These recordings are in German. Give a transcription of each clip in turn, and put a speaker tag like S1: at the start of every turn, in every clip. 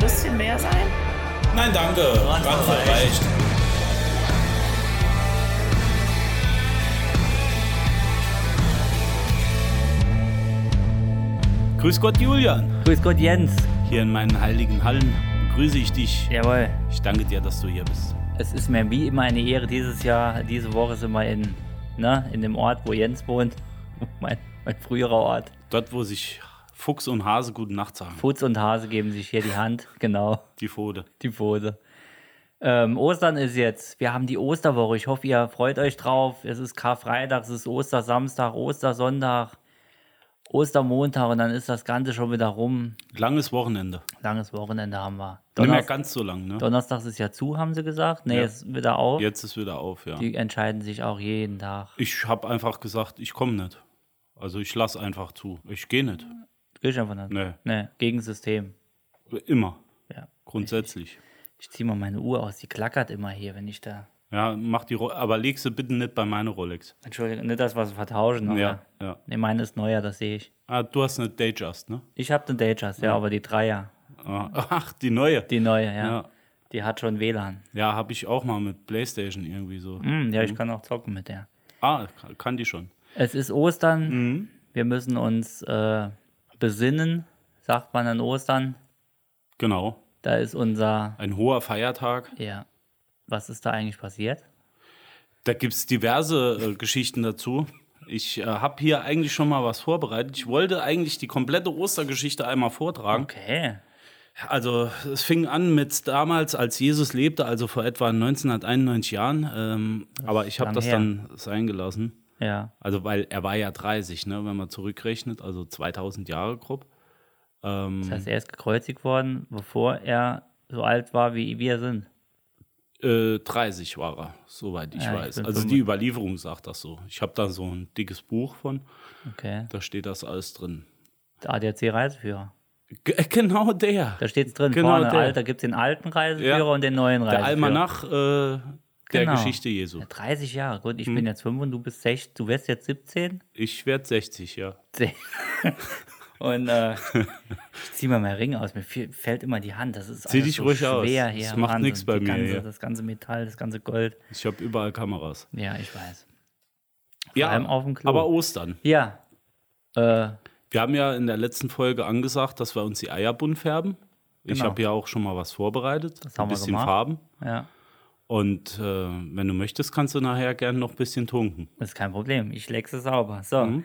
S1: bisschen mehr sein?
S2: Nein, danke. Ganz reicht. Grüß Gott, Julian.
S3: Grüß Gott, Jens.
S2: Hier in meinen heiligen Hallen begrüße ich dich.
S3: Jawohl.
S2: Ich danke dir, dass du hier bist.
S3: Es ist mir wie immer eine Ehre, dieses Jahr, diese Woche sind wir in, ne, in dem Ort, wo Jens wohnt. Mein, mein früherer Ort.
S2: Dort, wo sich Fuchs und Hase guten Nacht sagen.
S3: Futz und Hase geben sich hier die Hand. Genau,
S2: Die Pfote.
S3: die Pfote. Ähm, Ostern ist jetzt. Wir haben die Osterwoche. Ich hoffe, ihr freut euch drauf. Es ist Karfreitag, es ist Ostersamstag, Ostersonntag, Ostermontag und dann ist das Ganze schon wieder rum.
S2: Langes Wochenende.
S3: Langes Wochenende haben wir.
S2: Nicht mehr
S3: Donnerstag,
S2: ganz so lang, ne?
S3: Donnerstags ist ja zu, haben sie gesagt. Nee,
S2: Ja.
S3: ist wieder auf.
S2: Jetzt ist wieder auf, ja.
S3: Die entscheiden sich auch jeden Tag.
S2: Ich habe einfach gesagt, ich komme nicht. Also ich lass einfach zu. Ich gehe nicht.
S3: Geh ich einfach nicht.
S2: Nee.
S3: Nee, gegen System.
S2: Immer.
S3: Ja.
S2: Grundsätzlich.
S3: Ich zieh mal meine Uhr aus, die klackert immer hier, wenn ich da.
S2: Ja, mach die Ro aber leg sie bitte nicht bei meiner Rolex.
S3: Entschuldigung, nicht das, was wir vertauschen. oder?
S2: Ja, ja.
S3: Nee, meine ist neuer, das sehe ich.
S2: Ah, du hast eine Dayjust, ne?
S3: Ich habe eine Datejust, ja, aber die Dreier.
S2: Ah, Ach, die neue.
S3: Die neue, ja.
S2: Ja.
S3: Die hat schon WLAN.
S2: Ja, habe ich auch mal mit Playstation irgendwie so.
S3: Hm, ja, ich kann auch zocken mit der.
S2: Ah, kann- kann die schon.
S3: Es ist Ostern.
S2: Mhm.
S3: Wir müssen uns äh, besinnen, sagt man an Ostern.
S2: Genau.
S3: Da ist unser.
S2: Ein hoher Feiertag.
S3: Ja. Was ist da eigentlich passiert?
S2: Da gibt es diverse äh, Geschichten dazu. Ich äh, habe hier eigentlich schon mal was vorbereitet. Ich wollte eigentlich die komplette Ostergeschichte einmal vortragen.
S3: Okay.
S2: Also es fing an mit damals, als Jesus lebte, also vor etwa 1991 Jahren. Ähm, aber ich habe
S3: lang
S2: das
S3: her.
S2: dann sein gelassen.
S3: Ja.
S2: Also weil er war ja 30, ne, wenn man zurückrechnet, also 2000 Jahre grob. Ähm,
S3: Das
S2: Mhm.
S3: heißt, er ist gekreuzigt worden, bevor er so alt war, wie wir sind.
S2: Äh, 30 war er, soweit ich
S3: Ja, ich
S2: weiß.
S3: bin
S2: also
S3: 25.
S2: die Überlieferung sagt das so. Ich habe da so ein dickes Buch von,
S3: Okay.
S2: da steht das alles drin.
S3: Der ADAC-Reiseführer.
S2: G äh, genau der.
S3: Da steht es drin,
S2: Genau
S3: vorne,
S2: der.
S3: Alter, gibt es den alten Reiseführer
S2: Ja.
S3: und den neuen
S2: Der
S3: Reiseführer.
S2: Almanach äh, der
S3: Genau.
S2: Geschichte Jesu. Mhm.
S3: Ja, 30 Jahre, gut, ich bin jetzt 5 und du bist 6, du wirst jetzt 17.
S2: Ich werde 60, ja.
S3: und äh, ich zieh mal meinen Ring aus, mir fiel- fällt immer die Hand, das ist
S2: Zieh
S3: alles
S2: dich
S3: so
S2: ruhig
S3: schwer
S2: aus.
S3: hier.
S2: Das macht
S3: Wahnsinn.
S2: nix bei
S3: Die
S2: mir
S3: Ganze,
S2: hier.
S3: das ganze Metall, das ganze Gold.
S2: Ich habe überall Kameras.
S3: Ja, ich weiß.
S2: ja,
S3: allem auf dem Klo.
S2: aber Ostern.
S3: Ja, äh,
S2: Wir haben ja in der letzten Folge angesagt, dass wir uns die Eier bunt färben. Ich
S3: Genau.
S2: habe ja auch schon mal was vorbereitet.
S3: Das
S2: ein
S3: haben wir
S2: bisschen
S3: gemacht.
S2: Farben.
S3: ja,
S2: Und äh, wenn du möchtest, kannst du nachher gerne noch ein bisschen tunken. Hm?
S3: ist kein Problem, ich leck sie sauber. So,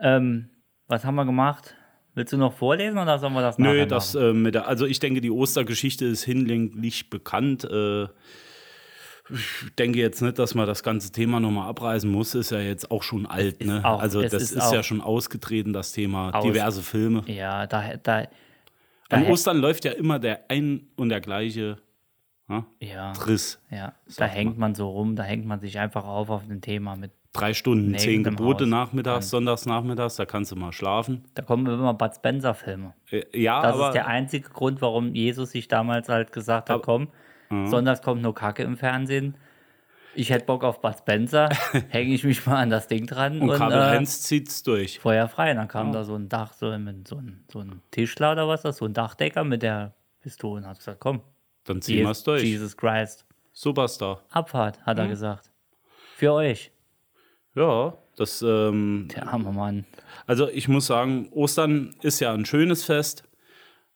S3: ähm, was haben wir gemacht? Willst du noch vorlesen oder sollen wir das nachher
S2: Nö,
S3: machen?
S2: das äh, mit der, also ich denke, die Ostergeschichte ist hinlänglich bekannt. Äh, ich denke jetzt nicht, dass man das ganze Thema nochmal abreißen muss. Ist ja jetzt auch schon alt. Ne?
S3: auch-
S2: also
S3: es
S2: das ist,
S3: ist auch-
S2: ja schon ausgetreten, das Thema.
S3: Aus-
S2: Diverse Filme.
S3: Ja, da, da,
S2: äh, An
S3: daher-
S2: Ostern läuft ja immer der ein und der gleiche
S3: ja.
S2: Riss.
S3: Ja, da
S2: Sag mal.
S3: hängt man so rum, da hängt man sich einfach auf auf ein Thema mit.
S2: Drei Stunden,
S3: Nägel
S2: zehn
S3: im
S2: Gebote
S3: Haus.
S2: nachmittags, sonntags nachmittags, da kannst du mal schlafen.
S3: Da kommen immer Bud Spencer Filme.
S2: Äh, ja,
S3: Das
S2: aber
S3: ist der einzige Grund, warum Jesus sich damals halt gesagt hat, komm,
S2: Mhm.
S3: sonntags kommt nur Kacke im Fernsehen. Ich hätte Bock auf Bud Spencer, hänge ich mich mal an das Ding dran und,
S2: und Kabel
S3: äh,
S2: Heinz zieht's durch.
S3: Feuer frei. Und dann kam da so ein Dach, so ein, so, ein, so ein Tischler oder was, das so ein Dachdecker mit der Pistole und hat gesagt, komm,
S2: Dann ziehen wir's durch.
S3: Jesus Christ,
S2: Superstar.
S3: Abfahrt, hat er gesagt. Für euch,
S2: Ja, das ähm,
S3: der arme Mann.
S2: Also ich muss sagen, Ostern ist ja ein schönes Fest.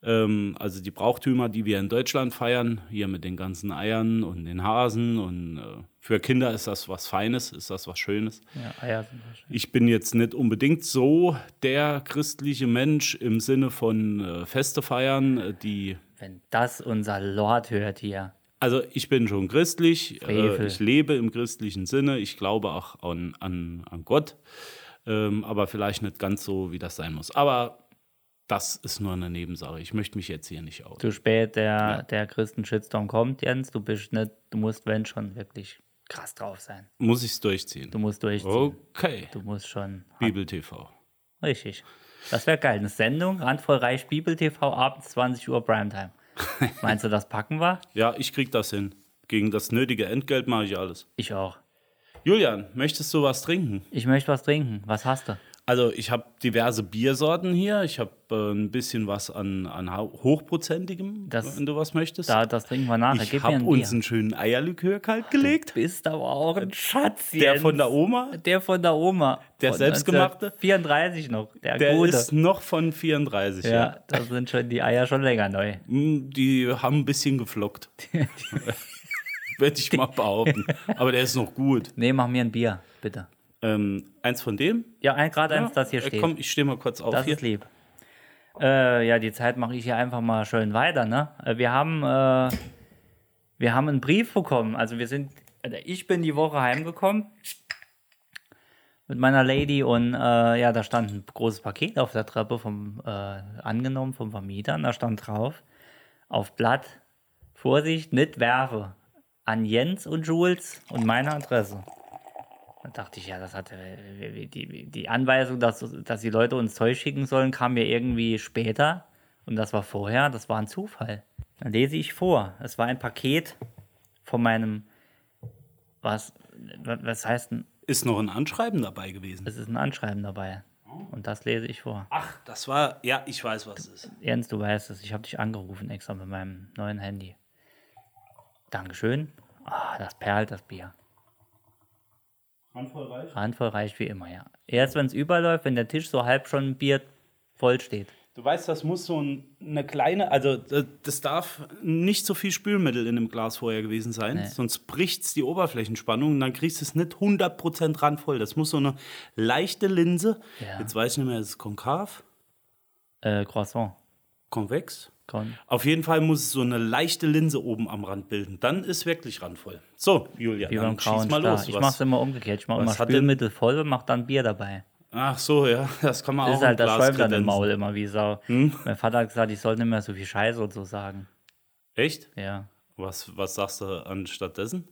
S2: Ähm, also die Brauchtümer, die wir in Deutschland feiern, hier mit den ganzen Eiern und den Hasen und äh, für Kinder ist das was Feines, ist das was Schönes.
S3: Ja, Eier sind wahrscheinlich.
S2: Ich bin jetzt nicht unbedingt so der christliche Mensch im Sinne von äh, Feste feiern, äh, die
S3: Wenn das unser Lord hört hier.
S2: Also ich bin schon christlich, äh,
S3: Frevel.
S2: ich lebe im christlichen Sinne, ich glaube auch an, an, an Gott, ähm, aber vielleicht nicht ganz so, wie das sein muss. Aber das ist nur eine Nebensache. Ich möchte mich jetzt hier nicht aus.
S3: Zu spät der, der Christen-Shitstorm kommt, Jens. Du bist nicht, du musst, wenn schon, wirklich krass drauf sein.
S2: Muss ich es durchziehen?
S3: Du musst durchziehen.
S2: Okay.
S3: Du musst schon.
S2: Bibel TV.
S3: Richtig. Das wäre geil. Eine Sendung, Randvoll Reich Bibel TV, abends 20 Uhr Primetime. Meinst du, das packen wir?
S2: Ja, ich krieg das hin. Gegen das nötige Entgelt mache ich alles.
S3: Ich auch.
S2: Julian, möchtest du was trinken?
S3: Ich möchte was trinken. Was hast du?
S2: Also ich habe diverse Biersorten hier. Ich habe äh, ein bisschen was an, an hau- hochprozentigem,
S3: Das-
S2: wenn du was möchtest.
S3: Ah, Da, das trinken wir nachher.
S2: ich
S3: Gib mir
S2: habe
S3: ein
S2: uns
S3: Bier.
S2: einen schönen Eierlikör kalt gelegt.
S3: Bist aber auch ein Schatz,
S2: Der
S3: Jens.
S2: von der Oma,
S3: Der von der Oma.
S2: Der
S3: Von
S2: selbstgemachte?
S3: 34 noch. Der,
S2: der
S3: gute.
S2: ist noch von 34.
S3: ja,
S2: Ja.
S3: das sind schon die Eier schon länger neu.
S2: Mm, Die haben ein bisschen geflockt. Würde ich mal behaupten. Aber der ist noch gut.
S3: Nee, mach mir ein Bier, bitte.
S2: Ähm, eins von dem.
S3: Ja, ein, gerade eins, das hier
S2: äh,
S3: steht.
S2: Komm, ich stehe mal kurz auf
S3: das
S2: hier.
S3: ist lieb. Äh, ja, die Zeit mache ich hier einfach mal schön weiter, ne? Äh, Wir haben, äh, wir haben einen Brief bekommen. Also wir sind, also ich bin die Woche heimgekommen mit meiner Lady und äh, ja, da stand ein großes Paket auf der Treppe vom äh, angenommen vom Vermieter. Und da stand drauf auf Blatt Vorsicht, nicht werfe an Jens und Jules und meine Adresse. Da dachte ich, ja, das hatte die, die Anweisung, dass, dass die Leute uns Zeug schicken sollen, kam mir irgendwie später. Und das war vorher, das war ein Zufall. Dann lese ich vor. Es war ein Paket von meinem. Was, was heißt denn?
S2: Ist noch ein Anschreiben dabei gewesen.
S3: Es ist ein Anschreiben dabei. Und das lese ich vor.
S2: Ach, das war, ja, ich weiß, was es ist.
S3: Jens, du weißt es. Ich habe dich angerufen extra mit meinem neuen Handy. Dankeschön. Ah, das perlt das Bier.
S2: Handvoll reich?
S3: Randvoll reicht wie immer, ja. Erst wenn es überläuft, wenn der Tisch so halb schon Bier voll steht.
S2: Du weißt, das muss so ein, eine kleine, also das, das darf nicht so viel Spülmittel in dem Glas vorher gewesen sein, sonst bricht es die Oberflächenspannung und dann kriegst du es nicht 100% randvoll. Das muss so eine leichte Linse,
S3: Ja.
S2: jetzt weiß ich nicht mehr, ist es konkav,
S3: Äh, Croissant.
S2: konvex?
S3: Kon
S2: Auf jeden Fall muss es so eine leichte Linse oben am Rand bilden. Dann ist wirklich randvoll. So, Julia,
S3: wie beim
S2: dann
S3: grauen
S2: schieß mal
S3: Star.
S2: los.
S3: Ich
S2: Was-
S3: mach's immer umgekehrt. Ich mach immer
S2: was hat denn-
S3: Spülmittel voll und mach dann Bier dabei.
S2: Ach so, ja, das kann man
S3: Das
S2: auch
S3: ist halt,
S2: im Glas
S3: das
S2: Hm?
S3: schäumt dann im
S2: kredenzen.
S3: Maul immer wie Sau. Mein Vater hat gesagt, ich soll nicht mehr so viel Scheiße und so sagen.
S2: Echt?
S3: Ja.
S2: Was, was sagst du anstattdessen?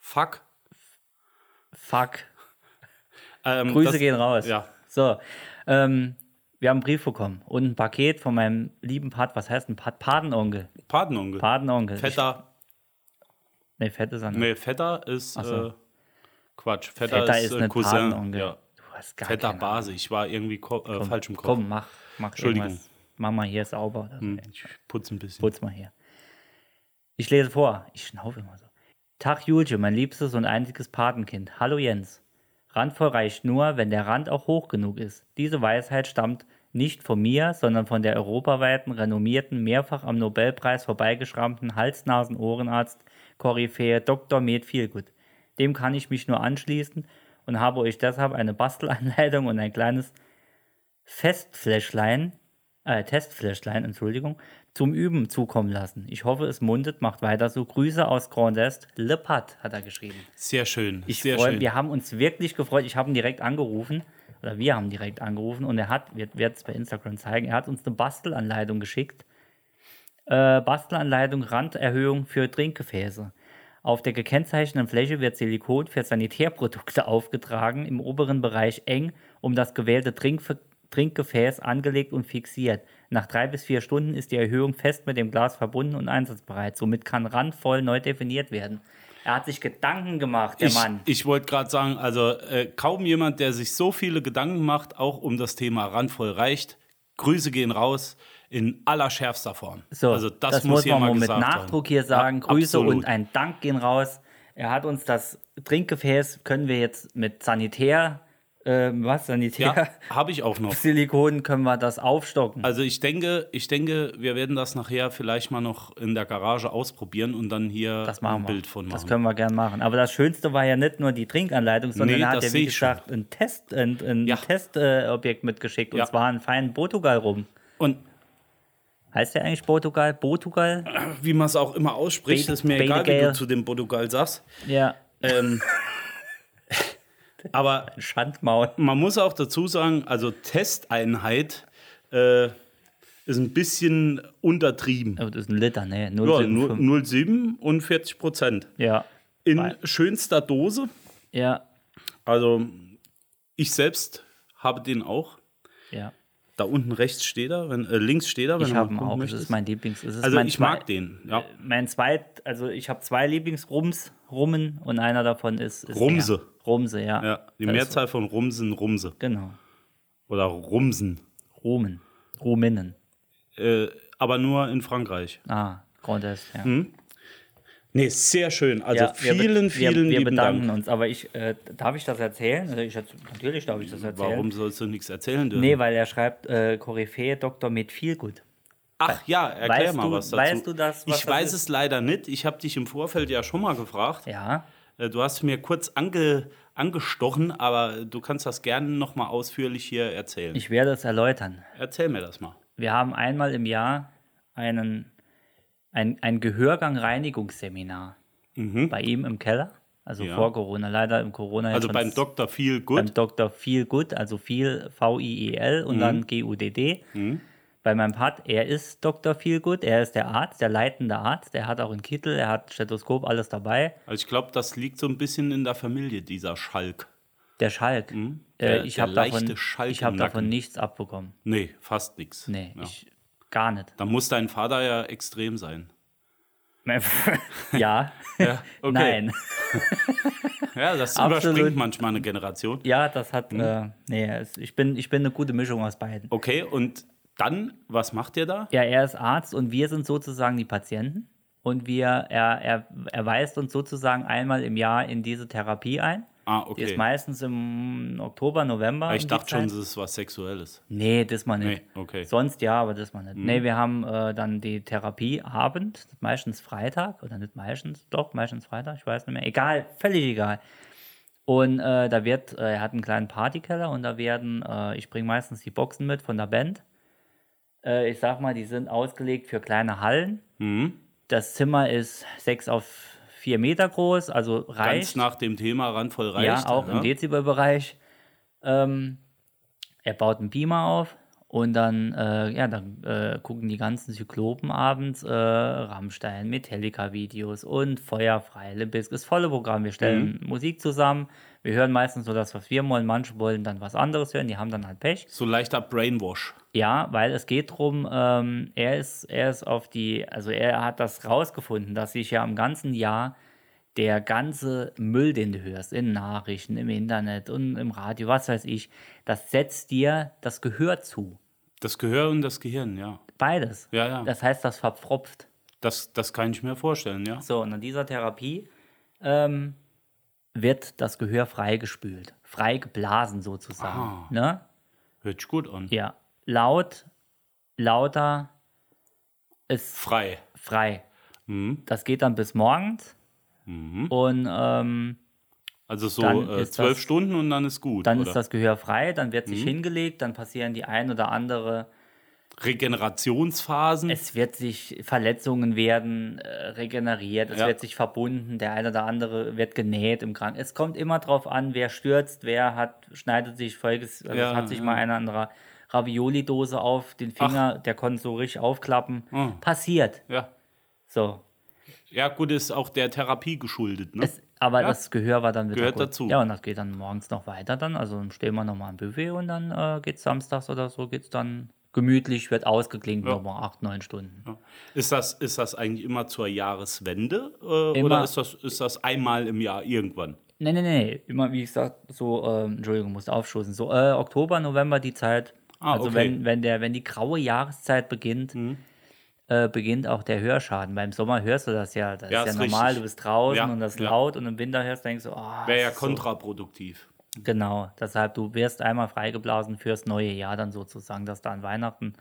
S2: Fuck.
S3: Fuck.
S2: Ähm,
S3: Grüße
S2: das-
S3: gehen raus.
S2: Ja.
S3: So, ähm, wir haben einen Brief bekommen und ein Paket von meinem lieben Pat, was heißt ein Pat? Patenonkel.
S2: Patenonkel.
S3: Patenonkel.
S2: Vetter.
S3: Ich, nee, fett ist er nicht.
S2: Nee, Vetter ist
S3: so.
S2: äh, Quatsch. Vetter,
S3: Vetter
S2: ist,
S3: ist
S2: äh,
S3: nicht
S2: Cousin.
S3: Patenonkel.
S2: Ja.
S3: Du hast gar
S2: Vetter
S3: keine
S2: Base. Ich war irgendwie ko äh, falsch im Kopf.
S3: Komm, mach, mach
S2: Entschuldigung. Hm.
S3: irgendwas. Mach mal hier sauber. Oder so.
S2: Ich putze ein bisschen.
S3: Putz mal hier. Ich lese vor. Ich schnaufe immer so. Tag Julche, mein liebstes und einziges Patenkind. Hallo Jens. Randvoll reicht nur, wenn der Rand auch hoch genug ist. Diese Weisheit stammt nicht von mir, sondern von der europaweiten, renommierten, mehrfach am Nobelpreis vorbeigeschrammten Hals-Nasen-Ohrenarzt Koryphäe Dr. Med Feelgood. Dem kann ich mich nur anschließen und habe euch deshalb eine Bastelanleitung und ein kleines Festfläschlein, äh, Testfläschlein, Entschuldigung, zum Üben zukommen lassen. Ich hoffe, es mundet, macht weiter so. Grüße aus Grand Est. Le Pat hat er geschrieben.
S2: Sehr schön.
S3: Ich
S2: sehr
S3: freu,
S2: schön.
S3: Wir haben uns wirklich gefreut. Ich habe ihn direkt angerufen. Oder wir haben direkt angerufen und er hat, wir werden es bei Instagram zeigen, er hat uns eine Bastelanleitung geschickt. Äh, Bastelanleitung Randerhöhung für Trinkgefäße. Auf der gekennzeichneten Fläche wird Silikon für Sanitärprodukte aufgetragen, im oberen Bereich eng um das gewählte Trinkf Trinkgefäß angelegt und fixiert. Nach drei bis vier Stunden ist die Erhöhung fest mit dem Glas verbunden und einsatzbereit. Somit kann randvoll neu definiert werden. Er hat sich Gedanken gemacht, der
S2: ich,
S3: Mann.
S2: Ich wollte gerade sagen, also äh, kaum jemand, der sich so viele Gedanken macht, auch um das Thema randvoll reicht. Grüße gehen raus in allerschärfster Form.
S3: So,
S2: also das, muss
S3: muss
S2: hier
S3: man
S2: mal
S3: wohl mit
S2: gesagt
S3: Nachdruck
S2: werden.
S3: hier sagen. Grüße
S2: absolut.
S3: und ein Dank gehen raus. Er hat uns das Trinkgefäß, können wir jetzt mit Sanitär, äh, was
S2: Ja,
S3: Sanitär,
S2: habe ich auch noch.
S3: Silikon können wir das aufstocken.
S2: Also ich denke, ich denke, wir werden das nachher vielleicht mal noch in der Garage ausprobieren und dann hier
S3: das
S2: ein
S3: machen wir.
S2: Bild von machen.
S3: Das können wir gern machen. Aber das Schönste war ja nicht nur die Trinkanleitung, sondern
S2: Nee,
S3: er hat
S2: das
S3: ja,
S2: seh
S3: wie
S2: ich schon.
S3: gesagt, ein Test, ein, ein
S2: Ja.
S3: Testobjekt äh, Objekt mitgeschickt.
S2: Ja.
S3: Und zwar einen feinen Portugal rum.
S2: und
S3: Heißt der eigentlich Portugal? Portugal?
S2: wie man es auch immer ausspricht,
S3: Bete-
S2: ist mir egal, wie
S3: Betegel.
S2: du zu dem Portugal sagst.
S3: Ja.
S2: Ähm, aber
S3: Schandmaul.
S2: man muss auch dazu sagen, also Testeinheit äh, ist ein bisschen untertrieben.
S3: Oh, das ist ein Liter, ne?
S2: Ja,
S3: 0,75.
S2: 0,7 und 40 Prozent.
S3: Ja.
S2: In
S3: Weil-
S2: schönster Dose.
S3: Ja.
S2: Also ich selbst habe den auch.
S3: Ja.
S2: Da unten rechts steht er, wenn, äh, links steht er, wenn
S3: Ich
S2: du mal
S3: habe ihn
S2: gucken
S3: auch. Das
S2: möchtest.
S3: ist mein Lieblings. Es ist
S2: also
S3: mein Äh,
S2: ich
S3: zwei-
S2: mag den. Ja.
S3: Mein zweit, also ich habe zwei Lieblingsrums, Rummen und einer davon ist, ist
S2: Rumse.
S3: er. Rumse, ja.
S2: ja. Die
S3: Das ist-
S2: Mehrzahl von Rumsen, Rumse.
S3: Genau.
S2: Oder Rumsen.
S3: Rumen. Ruminnen.
S2: Äh, aber nur in Frankreich.
S3: Ah, Contest, ja.
S2: Nee, sehr schön. Also
S3: ja, wir be-
S2: Hm? vielen,
S3: wir,
S2: vielen
S3: wir
S2: lieben
S3: bedanken
S2: Dank.
S3: uns, aber ich, äh, darf ich das erzählen? Also ich, erz- natürlich darf ich das erzählen.
S2: Warum sollst du nichts erzählen dürfen?
S3: Nee, weil er schreibt, äh, Koryphäe Dr. mit Feelgood.
S2: Ach ja, erklär
S3: weißt
S2: mal
S3: du-
S2: was dazu.
S3: weißt du das, was
S2: ich
S3: das
S2: weiß
S3: ist?
S2: es leider nicht. Ich habe dich im Vorfeld ja schon mal gefragt.
S3: Ja,
S2: Äh, Du hast mir kurz ange, angestochen, aber du kannst das gerne nochmal ausführlich hier erzählen.
S3: ich werde es erläutern.
S2: Erzähl mir das mal.
S3: Wir haben einmal im Jahr einen, ein, ein Gehörgang-Reinigungsseminar bei ihm im Keller, also
S2: Mhm. Ja.
S3: vor Corona, leider im Corona. jetzt
S2: Also
S3: schon
S2: beim
S3: s-
S2: Dr. Feel
S3: beim
S2: Good.
S3: Dr. Feel Good, also viel V-I-E-L
S2: Mhm.
S3: und dann G-U-D-D. Bei meinem Part, er ist Dr. Feel Good, er ist der Arzt, der leitende Arzt, er hat auch einen Kittel, er hat Stethoskop, alles dabei.
S2: Also ich glaube, das liegt so ein bisschen in der Familie, dieser Schalk.
S3: Der Schalk.
S2: Der-
S3: äh, ich
S2: Mhm. der
S3: habe davon,
S2: leichte Schalk
S3: ich hab
S2: im
S3: davon
S2: Nacken.
S3: nichts abbekommen.
S2: Nee, fast nichts.
S3: Nee,
S2: ja.
S3: ich gar nicht.
S2: Dann muss dein Vater ja extrem sein.
S3: ja.
S2: Ja, okay.
S3: Nein.
S2: Ja, das
S3: Absolut.
S2: überspringt manchmal eine Generation.
S3: Ja, das hat. Äh, nee, es- ich bin, ich bin eine gute Mischung aus beiden.
S2: Okay, und dann, was macht ihr da?
S3: Ja, er ist Arzt und wir sind sozusagen die Patienten. Und wir, er, er, er weist uns sozusagen einmal im Jahr in diese Therapie ein.
S2: Ah,
S3: Die ist
S2: okay.
S3: meistens im Oktober, November. um
S2: Ich
S3: die
S2: dachte schon,
S3: Zeit.
S2: es ist was Sexuelles.
S3: Nee, das mal nicht.
S2: Nee, okay. Mhm.
S3: Sonst ja, aber das mal nicht. Nee, wir haben äh, dann die Therapie abend, meistens Freitag oder nicht meistens, doch, meistens Freitag, ich weiß nicht mehr. Egal, völlig egal. Und äh, da wird, äh, er hat einen kleinen Partykeller und da werden, äh, ich bringe meistens die Boxen mit von der Band. Äh, ich sag mal, die sind ausgelegt für kleine Hallen.
S2: Mhm.
S3: Das Zimmer ist 6 auf 4 Meter groß, also reicht.
S2: Ganz nach dem Thema randvoll reicht.
S3: Ja, auch im Dezibelbereich. Ähm, er baut einen Beamer auf und dann, äh, ja, dann äh, gucken die ganzen Zyklopen abends äh, Rammstein, Metallica-Videos und Feuerfrei, Limbisk, das volle Programm. Wir stellen Musik zusammen. Wir hören meistens nur das, was wir wollen. Manche wollen dann was anderes hören, die haben dann halt Pech.
S2: So leichter Brainwash.
S3: Ja, weil es geht drum, ähm, er ist, er ist auf die, also er hat das rausgefunden, dass sich ja im ganzen Jahr der ganze Müll, den du hörst, in Nachrichten, im Internet und im Radio, was weiß ich, das setzt dir das Gehör zu.
S2: Das Gehör und das Gehirn, ja.
S3: Beides.
S2: Ja, ja.
S3: Das heißt, das verpfropft.
S2: Das, das kann ich mir vorstellen, ja.
S3: So, und an dieser Therapie ähm, wird das Gehör freigespült, freigeblasen sozusagen. Ne?
S2: Hört sich gut an.
S3: Ja. Laut, lauter, es
S2: Frei.
S3: frei.
S2: Mhm.
S3: Das geht dann bis morgens. Und ähm,
S2: Also so
S3: Dann
S2: äh,
S3: ist
S2: zwölf
S3: das-
S2: Stunden und dann ist gut.
S3: dann
S2: oder? Mhm.
S3: ist das Gehör frei, dann wird sich hingelegt, dann passieren die ein oder andere.
S2: Regenerationsphasen.
S3: Es wird sich Verletzungen werden äh, regeneriert, es
S2: Ja.
S3: wird sich verbunden, der eine oder andere wird genäht im Kranken. Es kommt immer drauf an, wer stürzt, wer hat, schneidet sich folges, also
S2: Ja,
S3: es hat sich
S2: ja.
S3: mal einer anderer Ravioli-Dose auf den Finger, der konnte so richtig aufklappen.
S2: Oh.
S3: Passiert.
S2: ja.
S3: So.
S2: ja, gut, ist auch der Therapie geschuldet. Ne?
S3: Es, aber
S2: Ja.
S3: das Gehör war dann wieder
S2: Gehört
S3: gut.
S2: dazu.
S3: Ja, und das geht dann morgens noch weiter dann. Also dann stehen wir nochmal am Buffet und dann äh, geht's samstags oder so, geht's dann gemütlich, wird ausgeklingt nochmal acht, neun Stunden.
S2: Ist, das, ist das eigentlich immer zur Jahreswende äh,
S3: Immer.
S2: oder ist das, ist das einmal im Jahr irgendwann?
S3: Nee, nee, nee. Immer, wie gesagt, so, äh, Entschuldigung, musst aufschussen. So, äh, Oktober, November die Zeit.
S2: Ah,
S3: also
S2: okay. Mhm.
S3: wenn, wenn der, wenn die graue Jahreszeit beginnt, äh, beginnt auch der Hörschaden. Beim Sommer hörst du das ja. Das
S2: Ja,
S3: ist
S2: ist
S3: ja normal,
S2: richtig.
S3: du bist draußen
S2: Ja,
S3: und das ist
S2: ja.
S3: laut und im Winter hörst, denkst du, oh,
S2: Wäre ja
S3: das ist so
S2: kontraproduktiv.
S3: Genau, deshalb, du wirst einmal freigeblasen fürs neue Jahr dann sozusagen, dass da an Weihnachten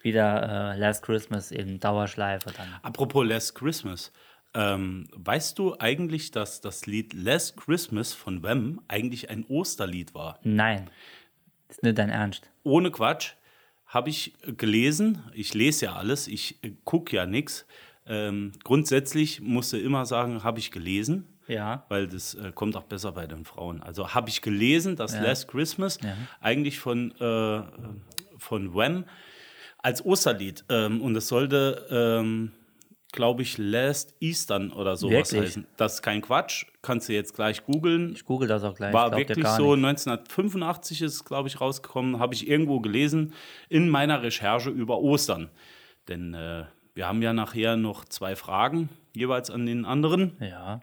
S3: wieder äh, Last Christmas in Dauerschleife dann.
S2: Apropos Last Christmas. Ähm, weißt du eigentlich, dass das Lied Last Christmas von Wham eigentlich ein Osterlied war?
S3: Nein, ist nicht dein Ernst.
S2: ohne Quatsch, habe ich gelesen, ich lese ja alles, ich gucke ja nichts. Ähm, grundsätzlich musst du immer sagen, habe ich gelesen,
S3: Ja.
S2: weil das äh, kommt auch besser bei den Frauen. Also habe ich gelesen, dass Last Christmas eigentlich von, äh, von Wham als Osterlied ähm, und es sollte ähm, glaube ich, Last Eastern oder sowas
S3: Wirklich?
S2: heißen. Das ist kein Quatsch. Kannst du jetzt gleich googeln.
S3: Ich google das auch gleich.
S2: War
S3: ich glaub dir
S2: wirklich
S3: gar
S2: so,
S3: nicht.
S2: 1985 ist es, glaube ich, rausgekommen, habe ich irgendwo gelesen in meiner Recherche über Ostern. Denn äh, wir haben ja nachher noch zwei Fragen, jeweils an den anderen.
S3: Ja,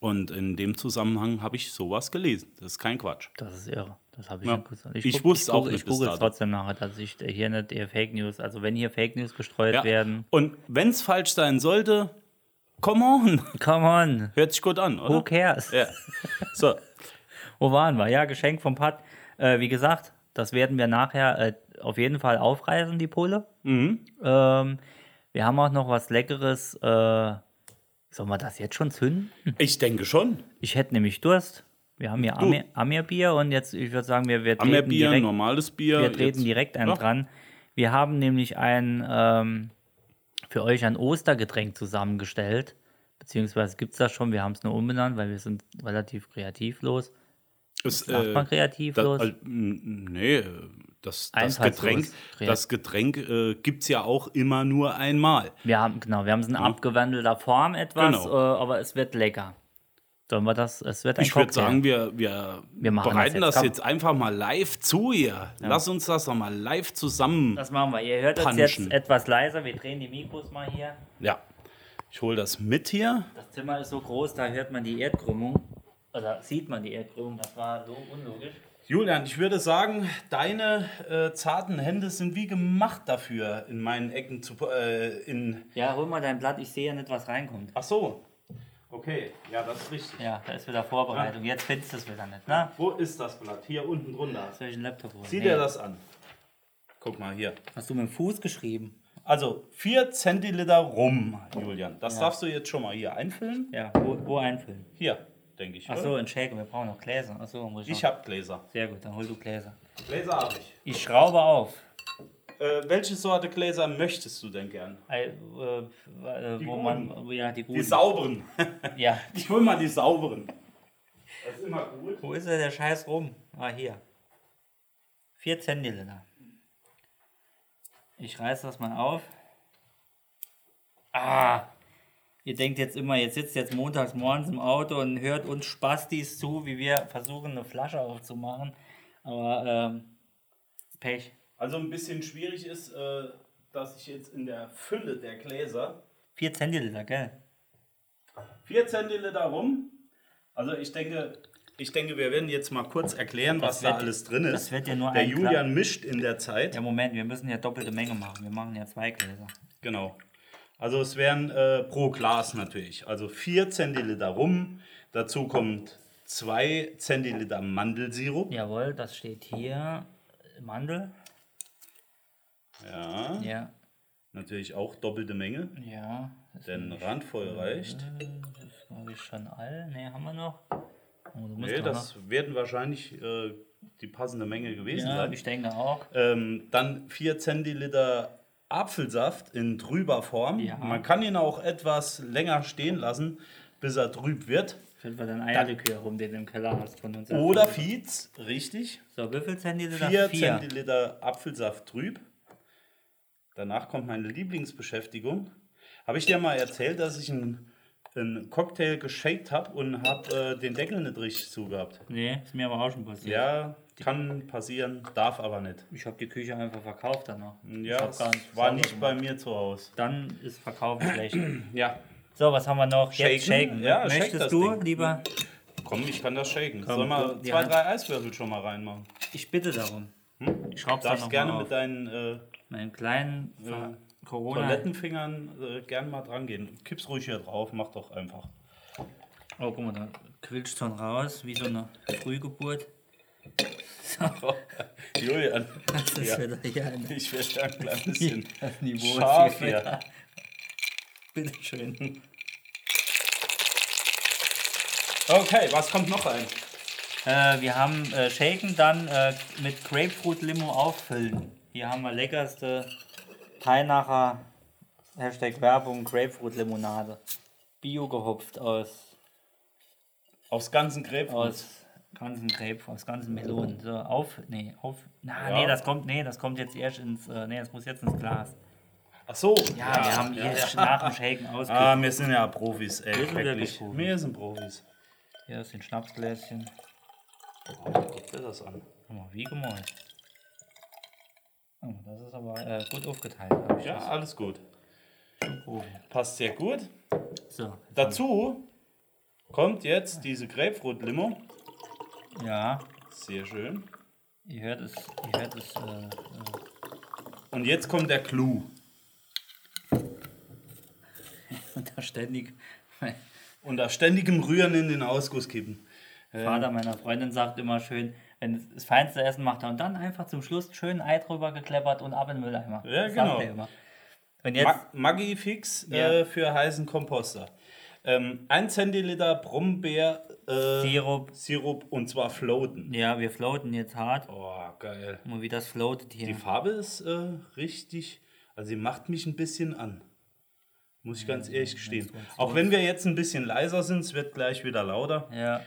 S2: Und in dem Zusammenhang habe ich sowas gelesen. Das ist kein Quatsch.
S3: das ist irre. Das habe ich
S2: Ja.
S3: nicht gesagt.
S2: Ich
S3: guck-
S2: wusste auch
S3: guck-
S2: nicht
S3: Ich
S2: bis
S3: google es
S2: dato.
S3: trotzdem nachher, dass ich hier nicht eher Fake News, also wenn hier Fake News gestreut
S2: Ja.
S3: werden.
S2: Und wenn es falsch sein sollte, come on,
S3: Come on,
S2: hört sich gut an,
S3: who
S2: oder?
S3: cares?
S2: Ja. So,
S3: Wo waren wir? Ja, Geschenk vom Pat. Äh, wie gesagt, das werden wir nachher äh, auf jeden Fall aufreißen, die Pulle.
S2: Mhm.
S3: Ähm, wir haben auch noch was Leckeres. Äh, sollen wir das jetzt schon zünden?
S2: ich denke schon.
S3: Ich hätte nämlich Durst. Wir haben hier Amir- Amir-Bier und jetzt, ich würde sagen, wir, wir treten,
S2: Ammerbier,
S3: direkt,
S2: normales Bier.
S3: wir treten
S2: jetzt-
S3: direkt einen
S2: Ja.
S3: dran. Wir haben nämlich ein, ähm, für euch ein Ostergetränk zusammengestellt. Beziehungsweise gibt es das schon, wir haben es nur umbenannt, weil wir sind relativ kreativlos.
S2: Ist,
S3: Sagt man kreativlos?
S2: Das, Äh, also, m- nee, äh, das, das
S3: Einfallslos.
S2: Getränk,
S3: Kreat-
S2: das Getränk äh, gibt es ja auch immer nur einmal.
S3: Wir haben, genau, wir haben es in abgewandelter Form etwas,
S2: Mhm. Genau.
S3: äh, aber es wird lecker. Sollen wir das? Es wird ein
S2: Ich würde
S3: Cocktail.
S2: sagen, wir, wir,
S3: Wir machen das
S2: bereiten
S3: jetzt,
S2: das jetzt,
S3: komm.
S2: einfach mal live zu ihr. Lass uns das doch mal live zusammen.
S3: das machen wir. Ihr hört uns
S2: Punchen.
S3: jetzt etwas leiser. Wir drehen die Mikros mal hier.
S2: Ja. Ich hole das mit hier.
S3: Das Zimmer ist so groß, da hört man die Erdkrümmung. Oder sieht man die Erdkrümmung. Das war so unlogisch.
S2: Julian, ich würde sagen, deine äh, zarten Hände sind wie gemacht dafür, in meinen Ecken zu. Äh, in
S3: Ja, hol mal dein Blatt. Ich sehe ja nicht, was reinkommt.
S2: Ach so. Okay, ja, das ist richtig.
S3: Ja, da ist wieder Vorbereitung. Jetzt findest du es wieder nicht, ne?
S2: Wo ist das Blatt? Hier unten drunter.
S3: Soll ich einen Laptop holen?
S2: Sieh
S3: Nee.
S2: dir das an. Guck mal hier.
S3: Hast du mit dem Fuß geschrieben?
S2: Also 4 Zentiliter rum, Julian. Das darfst du jetzt schon mal hier einfüllen.
S3: Ja, wo, wo einfüllen?
S2: Hier, denke ich.
S3: Achso, ein Shaker. Wir brauchen noch Gläser. Achso, muss ich
S2: Ich
S3: noch.
S2: habe Gläser.
S3: Sehr gut, dann hol du Gläser.
S2: Gläser habe ich.
S3: Ich schraube auf.
S2: Äh, welche Sorte Gläser möchtest du denn gern?
S3: Ei, äh, äh, wo
S2: guten.
S3: man, ja, die guten.
S2: Die sauberen.
S3: ja.
S2: Ich hol mal die sauberen. Das ist immer gut.
S3: Wo ist denn der Scheiß rum? Ah, hier. 4 Zentiliter. Ich reiß das mal auf. Ah! Ihr denkt jetzt immer, ihr sitzt jetzt montags morgens im Auto und hört uns Spastis zu, wie wir versuchen, eine Flasche aufzumachen. Aber ähm, Pech.
S2: Also ein bisschen schwierig ist, äh, dass ich jetzt in der Fülle der Gläser
S3: 4 Zentiliter, gell?
S2: 4 Zentiliter rum. Also ich denke, ich denke, wir werden jetzt mal kurz erklären, was da
S3: wird-
S2: alles drin ist.
S3: das wird ja nur
S2: der
S3: ein
S2: Julian
S3: Kla-
S2: mischt in der Zeit.
S3: Ja, Moment, wir müssen ja doppelte Menge machen. Wir machen ja zwei Gläser.
S2: Genau. Also es wären äh, pro Glas natürlich. Also 4 Zentiliter rum. Dazu kommt 2 Zentiliter Mandelsirup.
S3: Jawohl, das steht hier. Mandel.
S2: Ja.
S3: Ja.
S2: Natürlich auch doppelte Menge,
S3: Ja. Das
S2: denn randvoll reicht.
S3: habe ich schon all. Ne, haben wir noch. Oh, du musst
S2: Nee,
S3: doch
S2: das werden wahrscheinlich äh, die passende Menge
S3: noch.
S2: gewesen
S3: Ja,
S2: sein.
S3: ich denke auch.
S2: Ähm, dann 4 Zentiliter Apfelsaft in trüber Form.
S3: Ja.
S2: Man kann ihn auch etwas länger stehen lassen, bis er trüb wird.
S3: Finden wir dann Eierlikör rum, den du im Keller hast von uns.
S2: Oder Fietz, richtig.
S3: So, wie viel Zentiliter?
S2: 4 Zentiliter Apfelsaft trüb. Danach kommt meine Lieblingsbeschäftigung. Habe ich dir mal erzählt, dass ich einen, einen Cocktail geshaked habe und habe äh, den Deckel nicht richtig zugehabt?
S3: Nee, ist mir aber auch schon passiert.
S2: Ja, kann passieren, darf aber nicht.
S3: Ich habe die Küche einfach verkauft danach. Ich
S2: Ja,
S3: hab
S2: es
S3: gar nichts
S2: war
S3: sauber
S2: nicht bei
S3: gemacht.
S2: mir zu Hause.
S3: Dann ist Verkaufen schlecht.
S2: Ja,
S3: So, was haben wir noch? Jetzt
S2: Shaken?
S3: shaken.
S2: Ja, shake
S3: Möchtest
S2: das
S3: du
S2: Ding.
S3: lieber?
S2: komm, ich kann das shaken. Soll mal
S3: komm, die
S2: zwei,
S3: Hand.
S2: drei Eiswürfel schon mal reinmachen.
S3: Ich bitte darum. Ich schraub's dann
S2: Darfst
S3: noch
S2: Hm? gerne
S3: mal
S2: mit
S3: auf.
S2: deinen äh,
S3: Meinen kleinen Ver- Corona.
S2: Toilettenfingern äh, gern mal dran gehen. Kipp's ruhig hier drauf, mach doch einfach.
S3: Oh, guck mal, da quillt schon raus, wie so eine Frühgeburt. So,
S2: Julian,
S3: das ist
S2: Ja.
S3: wieder hier ein
S2: ich werde da ein klein bisschen
S3: das Niveau. ist
S2: scharf
S3: hier.
S2: hier.
S3: Bitteschön.
S2: Okay, was kommt noch ein?
S3: Äh, wir haben äh, Shaken dann äh, mit Grapefruit-Limo auffüllen. Hier haben wir leckerste Teilnacher, Hashtag Werbung, Grapefruit-Limonade. Bio gehopft aus
S2: Aufs ganzen Grapefruit.
S3: aus ganzen Grape, aus ganzen Melonen. So, auf, nee, auf. Na,
S2: Ja.
S3: nee, das kommt, nee, das kommt jetzt erst ins, äh, nee, das muss jetzt ins Glas.
S2: Ach so.
S3: Ja, wir haben hier nach dem Shaken ausgegeben.
S2: Ah, wir sind ja Profis, ey.
S3: Wir sind wirklich
S2: wirklich.
S3: Profis.
S2: Wir sind Profis.
S3: Hier ist ein Schnapsgläschen.
S2: Guck dir das an.
S3: Guck mal, wie gemalt. Oh, das ist aber äh, gut aufgeteilt. hab ich
S2: Ja, alles gut.
S3: das oben.
S2: Passt sehr gut.
S3: So.
S2: Dazu kommt jetzt diese Grapefruit-Limo.
S3: Ja,
S2: Sehr schön.
S3: ihr hört es. Ihr hört es äh,
S2: Und jetzt kommt der Clou.
S3: unter äh, ständig. Mein
S2: Unter ständigem Rühren in den Ausguss kippen.
S3: Vater meiner Freundin sagt immer schön, wenn es das feinste Essen macht er und dann einfach zum Schluss schön Ei drüber gekleppert und ab in den Mülleimer.
S2: Ja,
S3: Das sagt
S2: genau.
S3: er immer. Und jetzt,
S2: Mag Maggi Fix
S3: Ja.
S2: äh, für heißen Komposter. Ähm, ein Zentiliter Brombeer äh,
S3: Sirup.
S2: Sirup und zwar floaten.
S3: ja, wir floaten jetzt hart.
S2: Oh, geil.
S3: Guck mal, wie das floatet hier.
S2: Die Farbe ist äh, richtig, also sie macht mich ein bisschen an. Muss ich ganz ehrlich gestehen. Auch wenn wir jetzt ein bisschen leiser sind, es wird gleich wieder lauter.
S3: ja,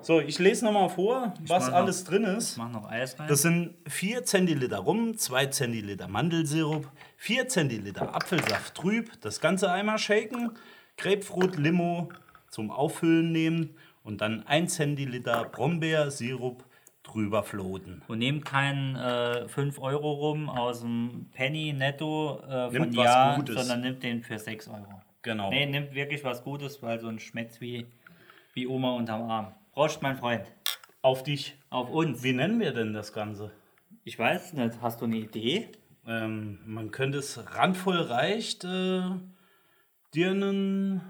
S2: So, ich lese nochmal vor, was
S3: mach noch-
S2: alles drin ist.
S3: mach noch Eis rein.
S2: Das sind 4 Zentiliter Rum, 2 Zentiliter Mandelsirup, 4 Zentiliter Apfelsaft trüb, das ganze einmal shaken, Grapefruit Limo zum Auffüllen nehmen und dann 1 Zentiliter Brombeersirup drüber floaten.
S3: und nehmt keinen äh, 5 Euro rum aus dem Penny netto äh, von
S2: Nimmt was
S3: Jahr,
S2: Gutes.
S3: sondern nimmt den für 6 Euro.
S2: Genau.
S3: Nee, nimmt wirklich was Gutes, weil so ein schmeckt wie, wie Oma unterm Arm. Prost, mein Freund.
S2: Auf dich.
S3: Auf uns.
S2: Wie nennen wir denn das Ganze?
S3: Ich weiß nicht, hast du eine Idee?
S2: Ähm, man könnte es randvoll reicht, äh, dir einen,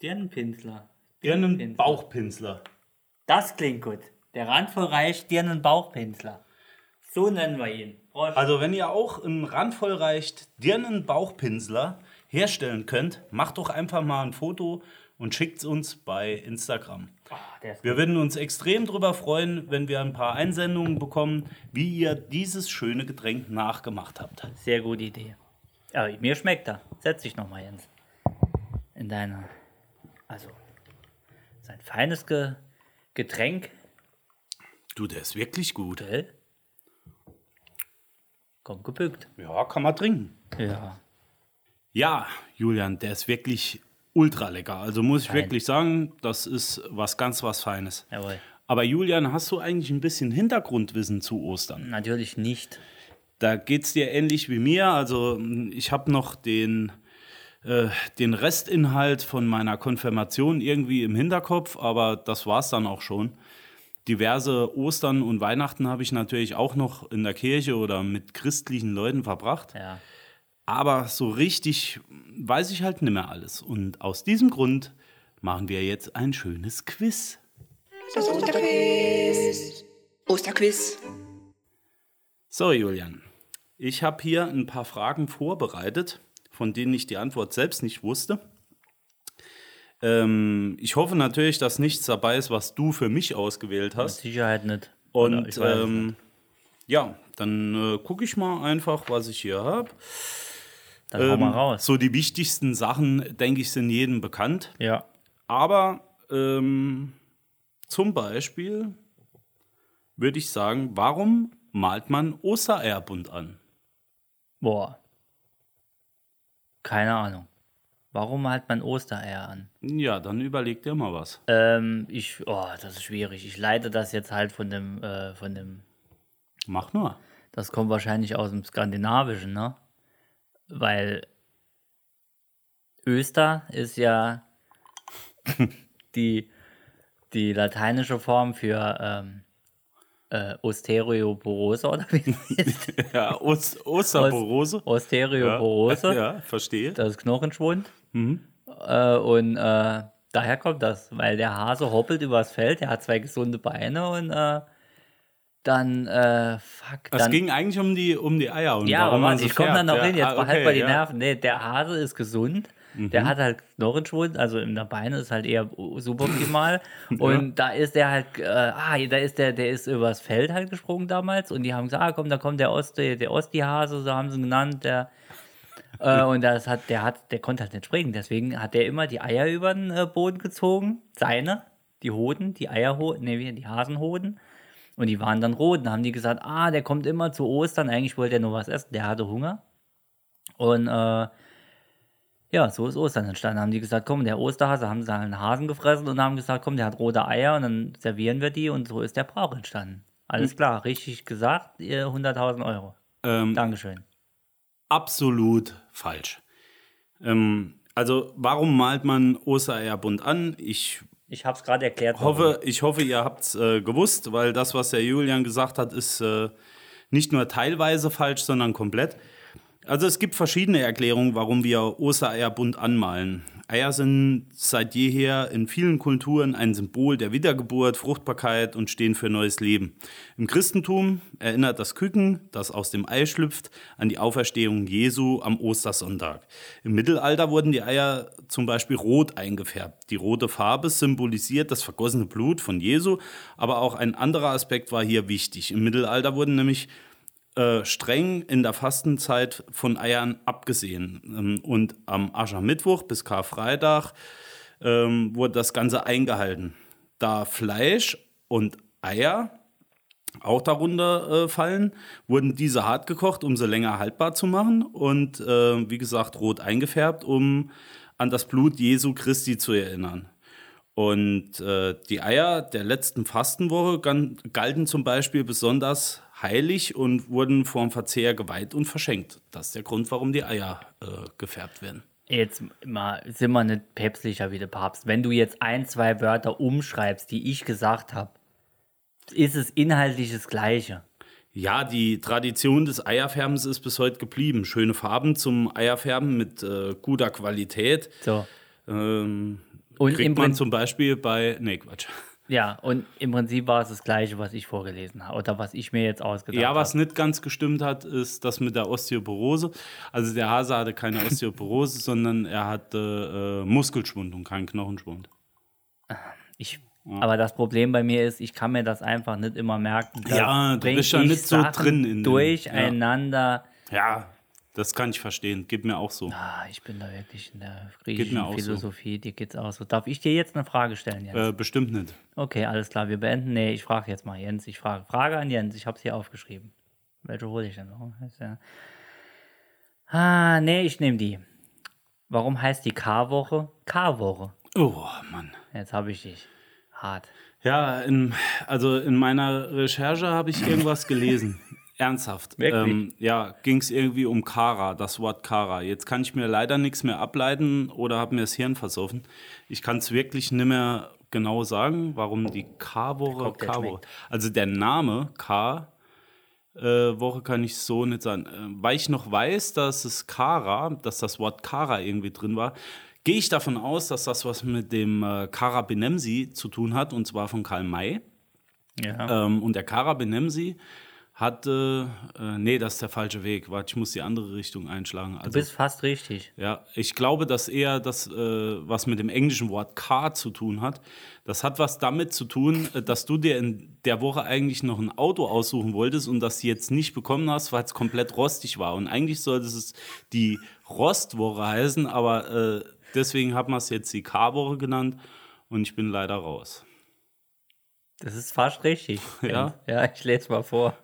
S3: Dirnenpinsler.
S2: dir einen
S3: Pinsel.
S2: Bauchpinsler.
S3: Das klingt gut. Der randvoll reich Dirnenbauchpinsler. So nennen wir ihn. Oh, Prost.
S2: Also wenn ihr auch im Randvoll reicht Dirnen Bauchpinsler herstellen könnt, macht doch einfach mal ein Foto und schickt es uns bei Instagram.
S3: Ah, der ist
S2: Wir würden uns extrem darüber freuen, wenn wir ein paar Einsendungen bekommen, wie ihr dieses schöne Getränk nachgemacht habt.
S3: sehr gute Idee. Ja, mir schmeckt er. Setz dich nochmal, Jens. In deiner. Also, sein feines Ge Getränk.
S2: Du, der ist wirklich gut.
S3: Gell? Komm gebückt.
S2: Ja, kann man trinken.
S3: Ja.
S2: Ja, Julian, der ist wirklich ultra lecker. Also muss ich
S3: Fein.
S2: wirklich sagen, das ist was ganz was Feines.
S3: Jawohl.
S2: Aber Julian, hast du eigentlich ein bisschen Hintergrundwissen zu Ostern?
S3: Natürlich nicht.
S2: Da geht es dir ähnlich wie mir. Also mh, ich habe noch den, äh, den Restinhalt von meiner Konfirmation irgendwie im Hinterkopf, aber das war es dann auch schon. Diverse Ostern und Weihnachten habe ich natürlich auch noch in der Kirche oder mit christlichen Leuten verbracht.
S3: Ja.
S2: Aber so richtig weiß ich halt nicht mehr alles. Und aus diesem Grund machen wir jetzt ein schönes Quiz.
S1: Das Osterquiz. Osterquiz.
S2: So, Julian, ich habe hier ein paar Fragen vorbereitet, von denen ich die Antwort selbst nicht wusste. Ähm, ich hoffe natürlich, dass nichts dabei ist, was du für mich ausgewählt
S3: Mit
S2: hast.
S3: Sicherheit nicht. Oder
S2: Und
S3: ich weiß es nicht.
S2: ähm, ja, dann äh, gucke ich mal einfach, was ich hier habe.
S3: dann hau mal
S2: Ähm,
S3: raus.
S2: So die wichtigsten Sachen, denke ich, sind jedem bekannt.
S3: Ja.
S2: Aber ähm, zum Beispiel würde ich sagen, warum malt man Ostereier bunt an?
S3: Boah. Keine Ahnung. Warum malt man Ostereier an?
S2: Ja, dann überleg dir mal was.
S3: Ähm, ich, oh, das ist schwierig. Ich leite das jetzt halt von dem, äh, von dem,
S2: Mach nur.
S3: das kommt wahrscheinlich aus dem Skandinavischen, ne? Weil Öster ist ja die, die lateinische Form für ähm, äh, Ostereoporose oder wie das ist.
S2: Ja, Ost Osterborose.
S3: Ostereoporose.
S2: Ja, verstehe.
S3: das Knochenschwund. Äh, und äh, daher kommt das, weil der Hase hoppelt übers Feld, der hat zwei gesunde Beine und äh, dann, äh, fuck,
S2: Es
S3: dann.
S2: ging eigentlich um die, um die Eier und
S3: ja,
S2: warum
S3: aber
S2: man
S3: warte,
S2: sie
S3: ich komme dann noch
S2: färbt.
S3: hin,
S2: Ja,
S3: jetzt
S2: ah,
S3: behalt mal die
S2: ja. Mhm.
S3: Nerven. Nee, der Hase ist gesund, der hat halt Knochenschwund, also in der Beine ist halt eher suboptimal. und da ist der halt, äh, ah, da ist der, der ist übers Feld halt gesprungen damals und die haben gesagt, ah, komm, da kommt der Osti, der Osti-Hase, so haben sie ihn genannt, der äh, und das hat, der hat, der konnte halt nicht springen. Deswegen hat der immer die Eier über den äh, Boden gezogen. Seine, die Hoden, die Eierhoden, nee, wie- die Hasenhoden. Und die waren dann rot. Dann haben die gesagt, ah, der kommt immer zu Ostern. Eigentlich wollte er nur was essen. Der hatte Hunger. Und äh, ja, so ist Ostern entstanden. Haben die gesagt, komm, der Osterhase, haben sie einen Hasen gefressen und haben gesagt, komm, der hat rote Eier und dann servieren wir die und so ist der Brauch entstanden. Alles klar, richtig gesagt, ihr 100.000 Euro.
S2: Ähm,
S3: Dankeschön.
S2: absolut falsch. Ähm, also, warum malt man Ostereier bunt an? Ich
S3: Ich habe es gerade erklärt.
S2: hoffe, ich hoffe ihr habt es äh, gewusst, weil das, was der Julian gesagt hat, ist äh, nicht nur teilweise falsch, sondern komplett. Also es gibt verschiedene Erklärungen, warum wir Ostereier bunt anmalen. Eier sind seit jeher in vielen Kulturen ein Symbol der Wiedergeburt, Fruchtbarkeit und stehen für neues Leben. Im Christentum erinnert das Küken, das aus dem Ei schlüpft, an die Auferstehung Jesu am Ostersonntag. Im Mittelalter wurden die Eier zum Beispiel rot eingefärbt. Die rote Farbe symbolisiert das vergossene Blut von Jesu, aber auch ein anderer Aspekt war hier wichtig. Im Mittelalter wurden nämlich äh, streng in der Fastenzeit von Eiern abgesehen. Ähm, Und am Aschermittwoch bis Karfreitag ähm, wurde das Ganze eingehalten. Da Fleisch und Eier auch darunter äh, fallen, wurden diese hart gekocht, um sie länger haltbar zu machen und äh, wie gesagt rot eingefärbt, um an das Blut Jesu Christi zu erinnern. Und äh, die Eier der letzten Fastenwoche gan- galten zum Beispiel besonders heilig und wurden vorm Verzehr geweiht und verschenkt. Das ist der Grund, warum die Eier äh, gefärbt werden.
S3: Jetzt mal, sind wir nicht päpstlicher wie der Papst. Wenn du jetzt ein, zwei Wörter umschreibst, die ich gesagt habe, ist es inhaltlich das Gleiche.
S2: Ja, die Tradition des Eierfärbens ist bis heute geblieben. Schöne Farben zum Eierfärben mit äh, guter Qualität.
S3: So.
S2: Ähm,
S3: Und im
S2: kriegt man
S3: Prinzip-
S2: zum Beispiel bei. Nee, Quatsch.
S3: Ja, und im Prinzip war es das Gleiche, was ich vorgelesen habe oder was ich mir jetzt ausgedacht
S2: Ja,
S3: habe.
S2: was nicht ganz gestimmt hat, ist das mit der Osteoporose. Also der Hase hatte keine Osteoporose, sondern er hatte äh, Muskelschwund und keinen Knochenschwund.
S3: Ich,
S2: Hm.
S3: aber das Problem bei mir ist, ich kann mir das einfach nicht immer merken. Das
S2: Ja, du
S3: bringt
S2: bist ja
S3: mich
S2: nicht so
S3: Sachen
S2: drin in dem-
S3: Durcheinander.
S2: Ja, das kann ich verstehen. Geht mir auch so.
S3: Ah, ich bin da wirklich in der
S2: mir
S3: griechischen
S2: auch so.
S3: Philosophie, dir geht's auch so. Darf ich dir jetzt eine Frage stellen, Jens?
S2: Äh, bestimmt nicht.
S3: Okay, alles klar, wir beenden. Nee, ich frage jetzt mal Jens. Ich frage. Frage an Jens, ich habe es hier aufgeschrieben. Welche hole ich denn? Warum heißt der? Ah, nee, ich nehme die. Warum heißt die K-Woche K-Woche?
S2: Oh, Mann.
S3: Jetzt habe ich dich. Hart.
S2: Ja, in, also in meiner Recherche habe ich irgendwas gelesen. Ernsthaft.
S3: Wirklich?
S2: Ähm, ja, ging es irgendwie um Kara, das Wort Kara. Jetzt kann ich mir leider nichts mehr ableiten oder habe mir das Hirn versoffen. Ich kann es wirklich nicht mehr genau sagen, warum die K-Woche
S3: Cocktail
S2: K-Woche.
S3: schmeckt.
S2: Also der Name K. Äh, Woche kann ich so nicht sagen. Äh, weil ich noch weiß, dass es Kara, dass das Wort Kara irgendwie drin war, gehe ich davon aus, dass das was mit dem äh, Kara Benemsi zu tun hat, und zwar von Karl May.
S3: Ja.
S2: Ähm, und der Kara Benemsi hatte, äh, nee, das ist der falsche Weg. Warte, ich muss die andere Richtung einschlagen.
S3: Du
S2: Also,
S3: bist fast richtig.
S2: ja, ich glaube, dass eher das, äh, was mit dem englischen Wort Car zu tun hat, das hat was damit zu tun, äh, dass du dir in der Woche eigentlich noch ein Auto aussuchen wolltest und das jetzt nicht bekommen hast, weil es komplett rostig war. Und eigentlich sollte es die Rostwoche heißen, aber äh, deswegen hat man es jetzt die Car-Woche genannt und ich bin leider raus.
S3: Das ist fast richtig.
S2: Ja?
S3: Ja, ich lese mal vor.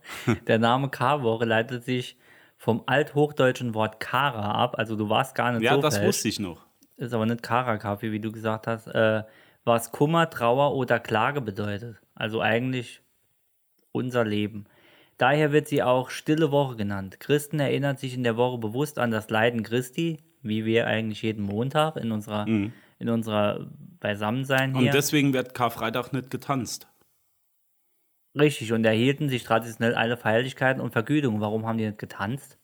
S3: Der Name K-Woche leitet sich vom althochdeutschen Wort Kara ab. Also du warst gar nicht
S2: Ja,
S3: so
S2: das
S3: falsch.
S2: wusste ich noch.
S3: ist aber nicht Kara-Kaffee, wie du gesagt hast, äh, was Kummer, Trauer oder Klage bedeutet. Also eigentlich unser Leben. Daher wird sie auch Stille Woche genannt. Christen erinnern sich in der Woche bewusst an das Leiden Christi, wie wir eigentlich jeden Montag in unserer, in unserer Beisammensein
S2: Und
S3: hier.
S2: deswegen wird Karfreitag nicht getanzt.
S3: Richtig, und erhielten sich traditionell alle Feierlichkeiten und Vergütungen. Warum haben die nicht getanzt?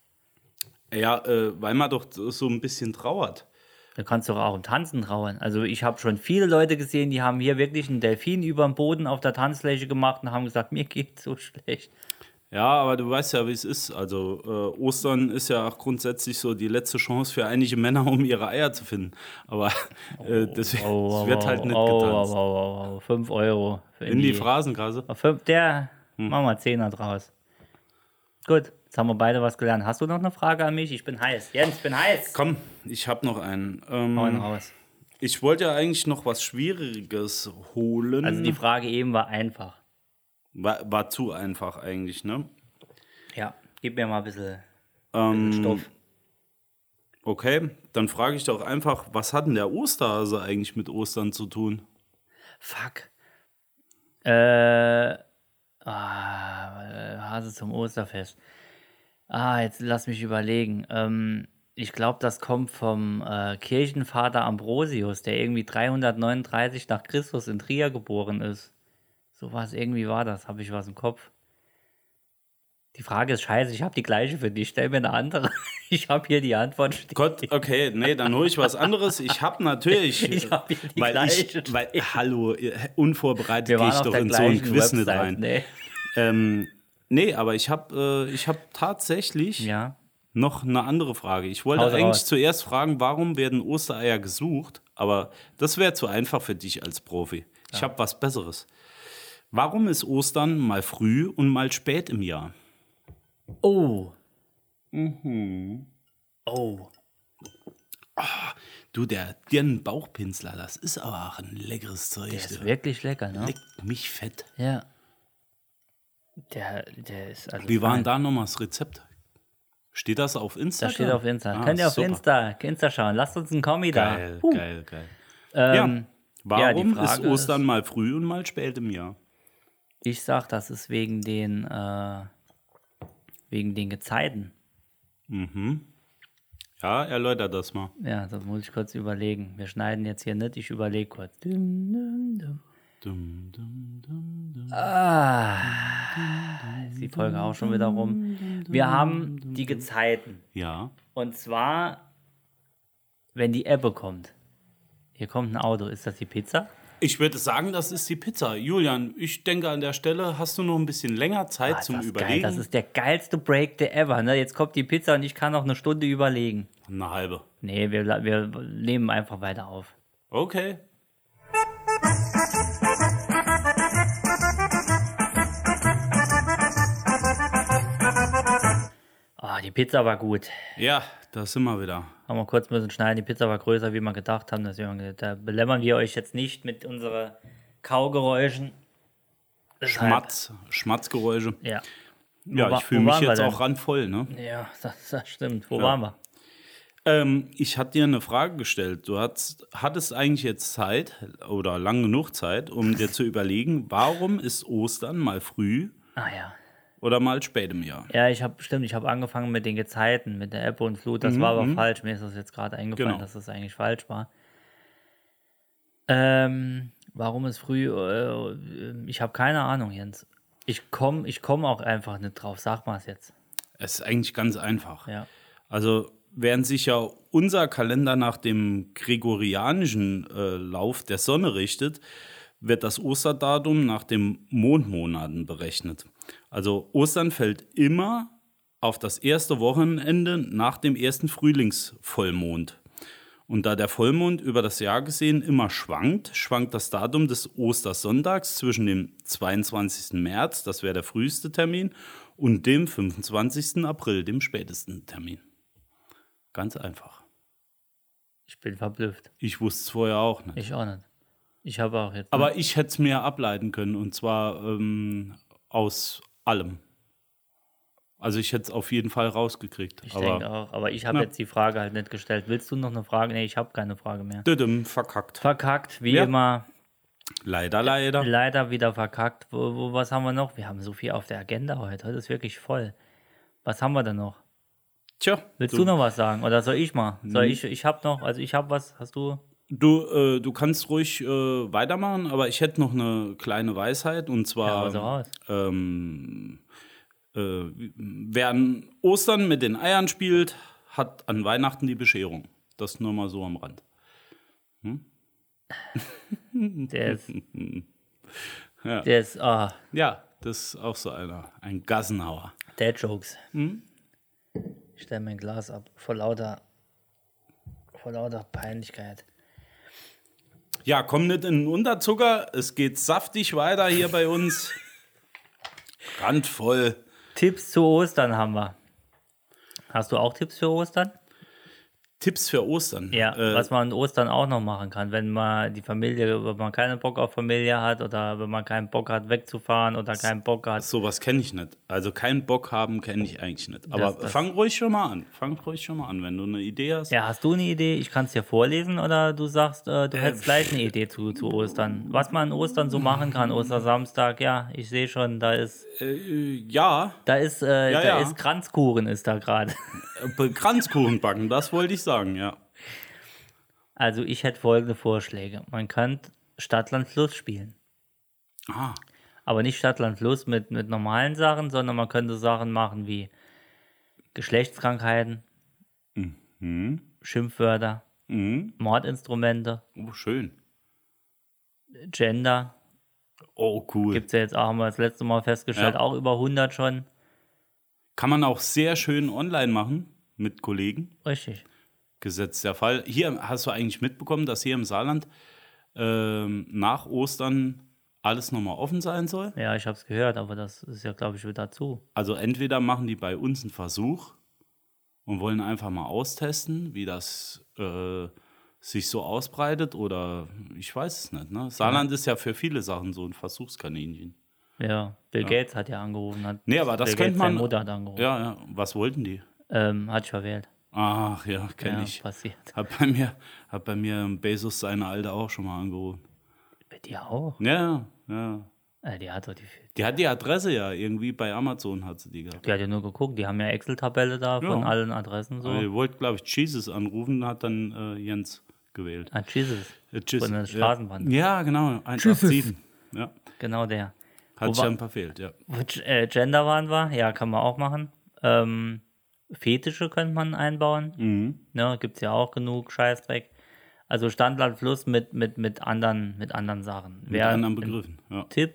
S2: Ja, äh, weil man doch so ein bisschen trauert.
S3: Da kannst du doch auch im Tanzen trauern. Also ich habe schon viele Leute gesehen, die haben hier wirklich einen Delfin über dem Boden auf der Tanzfläche gemacht und haben gesagt, mir geht so schlecht.
S2: Ja, aber du weißt ja, wie es ist. Also äh, Ostern ist ja auch grundsätzlich so die letzte Chance für einige Männer, um ihre Eier zu finden. Aber äh, deswegen es wird halt nicht
S3: oh,
S2: getanzt.
S3: Oh, oh, oh, oh. Fünf Euro. für
S2: In die Hm. Phrasenkasse.
S3: Auf Fünf, der, machen wir Zehner draus. Gut, jetzt haben wir beide was gelernt. Hast du noch eine Frage an mich? Ich bin heiß. Jens, ich bin heiß.
S2: Komm, ich habe noch einen.
S3: Hau ihn
S2: Ähm,
S3: raus.
S2: ich wollte ja eigentlich noch was Schwieriges holen.
S3: Also die Frage eben war einfach.
S2: war, war zu einfach eigentlich, ne?
S3: Ja, gib mir mal ein bisschen,
S2: Ähm,
S3: Stoff.
S2: Okay, dann frage ich doch einfach, was hat denn der Osterhase eigentlich mit Ostern zu tun?
S3: Fuck. Äh. Ah, äh, Hase zum Osterfest. Ah, jetzt lass mich überlegen. Ähm, ich glaube, das kommt vom äh, Kirchenvater Ambrosius, der irgendwie 339 nach Christus in Trier geboren ist. So was irgendwie war das, habe ich was im Kopf. Die Frage ist scheiße, ich habe die gleiche für dich, stell mir eine andere. Ich habe hier die Antwort stehen.
S2: Gott, okay, nee, dann hole ich was anderes. Ich habe natürlich.
S3: Ich hab hier die
S2: weil ich,
S3: gleiche.
S2: weil, Hallo, ihr- unvorbereitet gehe ich doch in so ein Quiz nicht rein. Nee,
S3: Nee.
S2: ähm, nee aber ich habe äh, ich hab tatsächlich
S3: Ja.
S2: noch eine andere Frage. Ich wollte
S3: Haus
S2: eigentlich
S3: raus.
S2: zuerst fragen, warum werden Ostereier gesucht? Aber das wäre zu einfach für dich als Profi. Ich habe was Besseres. Warum ist Ostern mal früh und mal spät im Jahr?
S3: Oh. Mhm. Oh.
S2: Du, der Dirnenbauchpinsler, das ist aber auch ein leckeres Zeug.
S3: Der ist
S2: du.
S3: wirklich lecker, ne?
S2: Leckt mich fett.
S3: Ja. Der, der ist also.
S2: Wie war denn
S3: fein.
S2: da nochmal das Rezept? Steht das auf Insta?
S3: Das steht auf Insta.
S2: Ah,
S3: Könnt ihr auf
S2: super.
S3: Insta, Insta schauen. Lasst uns einen Kommi da.
S2: Geil,
S3: Huh.
S2: geil, geil.
S3: Ähm,
S2: ja. Warum
S3: ja, die Frage
S2: ist Ostern mal früh und mal spät im Jahr?
S3: Ich sag, das ist wegen den, äh, wegen den Gezeiten.
S2: Ja, erläutert das mal.
S3: Ja, das muss ich kurz überlegen. Wir schneiden jetzt hier nicht, ich überlege kurz. Dum, dum, dum.
S2: Dum, dum, dum, dum.
S3: Ist die Folge auch schon wieder rum. Wir haben die Gezeiten.
S2: Ja,
S3: Und zwar, wenn die Ebbe kommt. Hier kommt ein Auto. Ist das die Pizza?
S2: ich würde sagen, das ist die Pizza. Julian, ich denke an der Stelle, hast du noch ein bisschen länger Zeit
S3: Ah, ist
S2: zum
S3: das
S2: Überlegen?
S3: Geil. Das ist der geilste Break der ever. Ne? Jetzt kommt die Pizza und ich kann noch eine Stunde überlegen.
S2: Eine halbe.
S3: Nee, wir, la- wir nehmen einfach weiter auf.
S2: Okay.
S3: Ah, die Pizza war gut.
S2: Ja, da sind wir wieder.
S3: Haben wir kurz müssen schneiden. Die Pizza war größer, wie wir gedacht haben. Deswegen, da belämmern wir euch jetzt nicht mit unseren Kaugeräuschen. Deshalb-
S2: Schmatz, Schmatzgeräusche.
S3: Ja.
S2: Ja,
S3: Wo wa-
S2: ich fühle
S3: wo
S2: mich
S3: waren wir
S2: jetzt
S3: denn?
S2: auch randvoll, ne?
S3: ja, das, das stimmt. Wo waren wir?
S2: Ähm, ich hatte dir eine Frage gestellt. Du hattest, hattest eigentlich jetzt Zeit oder lang genug Zeit, um dir zu überlegen, warum ist Ostern mal früh
S3: Ah ja.
S2: oder mal spät im Jahr?
S3: Ja, ich habe, stimmt, ich habe angefangen mit den Gezeiten, mit der Ebbe und Flut. Das war aber falsch. Mir ist das jetzt gerade eingefallen,
S2: Mhm, Genau.
S3: dass das eigentlich falsch war. Ähm, warum es früh? Äh, ich habe keine Ahnung, Jens. Ich komme ich komm auch einfach nicht drauf. Sag mal es jetzt.
S2: Es ist eigentlich ganz einfach.
S3: Ja.
S2: Also während sich ja unser Kalender nach dem gregorianischen äh, Lauf der Sonne richtet, wird das Osterdatum nach den Mondmonaten berechnet. Also Ostern fällt immer auf das erste Wochenende nach dem ersten Frühlingsvollmond. Und da der Vollmond über das Jahr gesehen immer schwankt, schwankt das Datum des Ostersonntags zwischen dem 22. März, das wäre der früheste Termin, und dem 25. April, dem spätesten Termin. Ganz einfach.
S3: Ich bin verblüfft.
S2: Ich wusste es vorher auch nicht.
S3: Ich auch nicht. Ich habe auch jetzt.
S2: Aber ich hätte es mir ableiten können und zwar ähm, aus allem. Also ich hätte es auf jeden Fall rausgekriegt.
S3: ich denke
S2: aber
S3: auch. Aber ich habe
S2: Na.
S3: jetzt die Frage halt nicht gestellt. Willst du noch eine Frage? Nee, ich habe keine Frage mehr.
S2: düdüm, verkackt.
S3: Verkackt, wie
S2: Ja.
S3: immer.
S2: Leider, leider.
S3: Leider wieder verkackt. Wo, wo, was haben wir noch? Wir haben so viel auf der Agenda heute. Heute ist wirklich voll. Was haben wir denn noch?
S2: Tja,
S3: Willst du, noch was sagen? Oder soll ich mal? Soll ich? Ich habe noch. Also ich habe was. Hast du?
S2: Du, äh, du kannst ruhig äh, weitermachen, aber ich hätte noch eine kleine Weisheit und
S3: Ja,
S2: zwar,
S3: also raus.
S2: ähm, äh, wer an Ostern mit den Eiern spielt, hat an Weihnachten die Bescherung. Das nur mal so am Rand.
S3: Der ist. Der ist. Ah,
S2: Ja, das ist auch so einer, ein Gassenhauer.
S3: Dad Jokes. Ich stelle mein Glas ab. Vor lauter. Vor lauter Peinlichkeit.
S2: Ja, komm nicht in den Unterzucker, es geht saftig weiter hier bei uns. Randvoll.
S3: Tipps zu Ostern haben wir. Hast du auch Tipps für Ostern?
S2: Tipps für Ostern.
S3: Ja,
S2: Äh,
S3: was man an Ostern auch noch machen kann, wenn man die Familie, wenn man keinen Bock auf Familie hat oder wenn man keinen Bock hat, wegzufahren oder keinen Bock hat.
S2: Sowas kenne ich nicht. Also keinen Bock haben kenne ich eigentlich nicht. Aber
S3: das-
S2: fang ruhig schon mal an. Fang ruhig schon mal an, wenn du eine Idee hast.
S3: Ja, hast du eine Idee? Ich kann es dir vorlesen oder du sagst, äh, du hättest
S2: pff.
S3: gleich eine Idee zu, zu Ostern. Was man an Ostern so machen kann, Ostersamstag, ja, ich sehe schon, da ist,
S2: Äh, ja,
S3: da ist, äh,
S2: Ja,
S3: da
S2: ja.
S3: ist Kranzkuchen ist da gerade.
S2: äh, Kranzkuchen backen, das wollte ich sagen, ja.
S3: Also ich hätte folgende Vorschläge. Man kann Stadtland Fluss spielen.
S2: Ah,
S3: Aber nicht Stadtland Fluss mit, mit normalen Sachen, sondern man könnte Sachen machen wie Geschlechtskrankheiten, Schimpfwörter,
S2: mhm.
S3: Mordinstrumente,
S2: oh, schön.
S3: Gender.
S2: Oh, cool.
S3: Gibt es ja jetzt auch, haben wir das letzte Mal festgestellt,
S2: Ja.
S3: auch über 100 schon.
S2: Kann man auch sehr schön online machen mit Kollegen.
S3: Richtig.
S2: Gesetzt der Fall. Hier hast du eigentlich mitbekommen, dass hier im Saarland ähm, nach Ostern alles nochmal offen sein soll.
S3: Ja, ich habe es gehört, aber das ist ja, glaube ich, wieder zu.
S2: Also entweder machen die bei uns einen Versuch und wollen einfach mal austesten, wie das äh, sich so ausbreitet oder ich weiß es nicht. Ne? Saarland ist ja für viele Sachen so ein Versuchskaninchen.
S3: Ja, Bill Gates hat ja angerufen. Hat
S2: Nee, aber das
S3: Bill
S2: könnte
S3: Gates, seine
S2: man-
S3: Mutter hat angerufen.
S2: Ja, ja. Was wollten die?
S3: Ähm, hat sich verwählt.
S2: Ach ja, kenne
S3: ja,
S2: ich.
S3: passiert.
S2: Hat bei mir, hat bei mir Bezos seine Alte auch schon mal angerufen.
S3: Bei dir auch?
S2: Ja, ja.
S3: Äh, die hat doch die,
S2: Die hat die Adresse ja irgendwie bei Amazon hat sie die gehabt.
S3: die hat ja nur geguckt. Die haben ja Excel-Tabelle da von
S2: Ja.
S3: allen Adressen so.
S2: Aber Die wollte, glaube ich, Jesus anrufen, hat dann äh, Jens gewählt.
S3: Ah, Jesus.
S2: Äh, Jesus.
S3: Von der Straßenbahn.
S2: Ja, ja genau. 187. Ja.
S3: Genau der.
S2: Hat
S3: Wobei-
S2: sich dann verfehlt, ja.
S3: Wo G- äh, Gender waren wir, ja, kann man auch machen. Ähm, Fetische könnte man einbauen.
S2: Mhm.
S3: Ne, Gibt es ja auch genug Scheißdreck. Also Standard Fluss mit, mit, mit, anderen, mit anderen Sachen.
S2: Mit anderen Begriffen. Ja.
S3: Tipp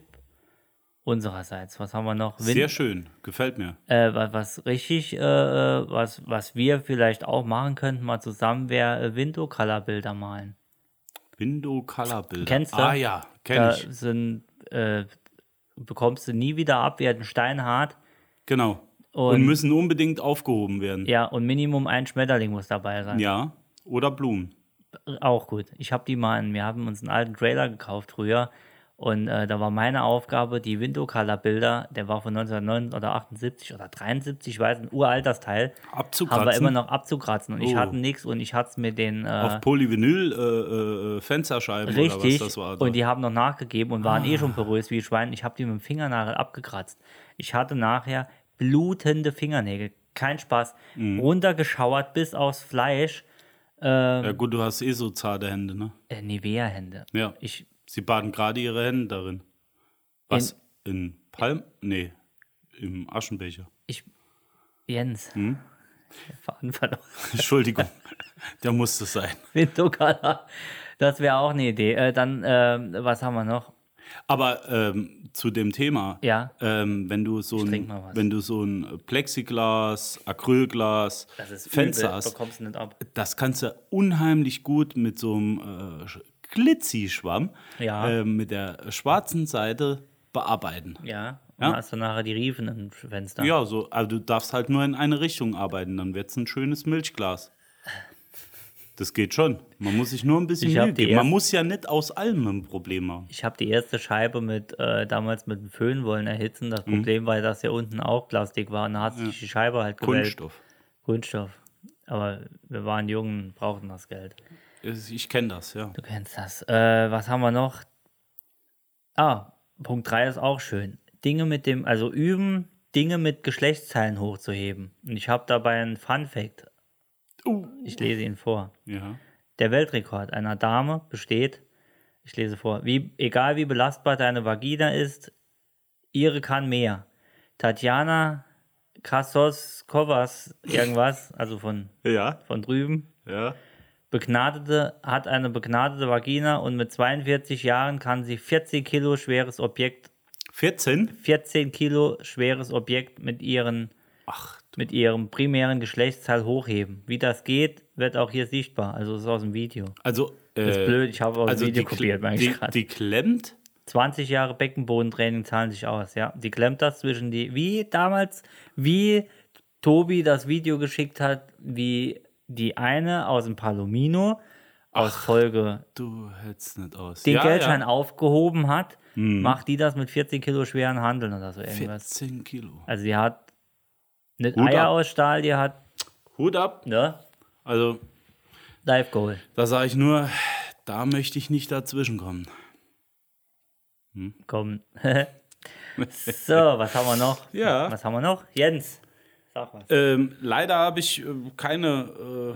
S3: unsererseits. Was haben wir noch? Win-
S2: Sehr schön, gefällt mir.
S3: äh, wa- was richtig, äh, äh, was, was wir vielleicht auch machen könnten, mal zusammen, wäre äh, Window-Color-Bilder malen.
S2: Window Color Bilder.
S3: Kennst du?
S2: Ah ja,
S3: Da
S2: kenne ich.
S3: sind, äh, bekommst du nie wieder ab, werden steinhart.
S2: Genau. Und,
S3: Und-
S2: müssen unbedingt aufgehoben werden.
S3: Ja, und Minimum ein Schmetterling muss dabei sein.
S2: Ja. Oder Blumen.
S3: Auch gut. Ich habe die mal, in- wir haben uns einen alten Trailer gekauft früher und äh, da war meine Aufgabe, die Window Color Bilder, der war von 1979 oder 78 oder 73, ich weiß, ein uraltes Teil,
S2: Abzukratzen.
S3: haben wir immer noch abzukratzen und ich
S2: Oh.
S3: hatte nichts und ich hatte mir den äh,
S2: Auf Polyvinyl äh, äh, Fensterscheiben oder was
S3: richtig
S2: das war. Ah.
S3: und die haben noch nachgegeben und waren eh schon porös wie Schwein. Ich habe die mit dem Fingernagel abgekratzt. Ich hatte nachher blutende Fingernägel. Kein Spaß.
S2: Mhm.
S3: Runtergeschauert bis aufs Fleisch.
S2: ja gut, du hast eh so zarte Hände, ne?
S3: Äh, Nivea-Hände.
S2: Ja.
S3: Ich
S2: Sie baden gerade ihre Hände darin. Was? In, Palm? Nee, im Aschenbecher.
S3: Ich. Jens.
S2: Hm?
S3: Der Faden verloren.
S2: Entschuldigung, der musste sein.
S3: Windokala. Das wäre auch eine Idee. Äh, dann, ähm, was haben wir noch?
S2: Aber ähm, zu dem Thema,
S3: Ja.
S2: ähm, wenn du so
S3: trink
S2: ein,
S3: mal was.
S2: wenn du so ein Plexiglas, Acrylglas, Fenster hast,
S3: Bekommst du nicht ab.
S2: das kannst du unheimlich gut mit so einem äh, Sch- Glitzi-Schwamm
S3: Ja.
S2: ähm, mit der schwarzen Seite bearbeiten.
S3: Ja. Und
S2: Ja.
S3: hast du nachher die Riefen im Fenster.
S2: Ja, so, also du darfst halt nur in eine Richtung arbeiten, dann wird es ein schönes Milchglas. Das geht schon. Man muss sich nur ein bisschen
S3: Ich hab
S2: Mühe
S3: die
S2: geben. Man
S3: erst-
S2: muss ja nicht aus allem ein Problem haben.
S3: Ich habe die erste Scheibe mit äh, damals mit dem Föhn wollen erhitzen.
S2: Mhm.
S3: Das Problem war, dass ja unten auch Plastik war und da hat sich die Scheibe halt gewellt.
S2: Kunststoff.
S3: Kunststoff. Aber wir waren jung, und brauchten das Geld.
S2: Ich kenne das, ja.
S3: Du kennst das. Äh, was haben wir noch? Ah, Punkt 3 ist auch schön. Dinge mit dem, also üben, Dinge mit Geschlechtsteilen hochzuheben. Und ich habe dabei einen Fun Fact. Ich lese ihn vor.
S2: ja.
S3: Der Weltrekord einer Dame besteht, ich lese vor, wie, egal wie belastbar deine Vagina ist, ihre kann mehr. Tatjana Krasoskovas, irgendwas, also von,
S2: Ja,
S3: von drüben,
S2: ja.
S3: Begnadete hat eine begnadete Vagina und mit 42 Jahren kann sie 14 Kilo schweres Objekt,
S2: 14?
S3: 14 Kilo schweres Objekt mit, ihren,
S2: Ach,
S3: mit ihrem primären Geschlechtsteil hochheben. Wie das geht, wird auch hier sichtbar. Also ist aus dem Video.
S2: also. Äh,
S3: ist blöd, ich habe auch das Video
S2: die,
S3: kopiert,
S2: kle-
S3: merke ich
S2: die,
S3: gerade.
S2: die klemmt.
S3: 20 Jahre Beckenbodentraining zahlen sich aus, ja. Die klemmt das zwischen die, wie damals, wie Tobi das Video geschickt hat, wie die eine aus dem Palomino aus Folge
S2: Du hältst nicht aus.
S3: den
S2: ja,
S3: Geldschein
S2: ja. Hm.
S3: aufgehoben hat, macht die das mit 14 Kilo schweren Handeln oder so irgendwas.
S2: 14 Kilo.
S3: Also die hat nicht
S2: Hut
S3: Eier
S2: ab.
S3: aus Stahl, die hat,
S2: Hut ab.
S3: ne?
S2: Also,
S3: Live Goal.
S2: da sage ich nur, da möchte ich nicht dazwischen kommen.
S3: Komm. so, was haben wir noch?
S2: Ja.
S3: Was haben wir noch? Jens. Sag was.
S2: Ähm, leider habe ich äh, keine, äh,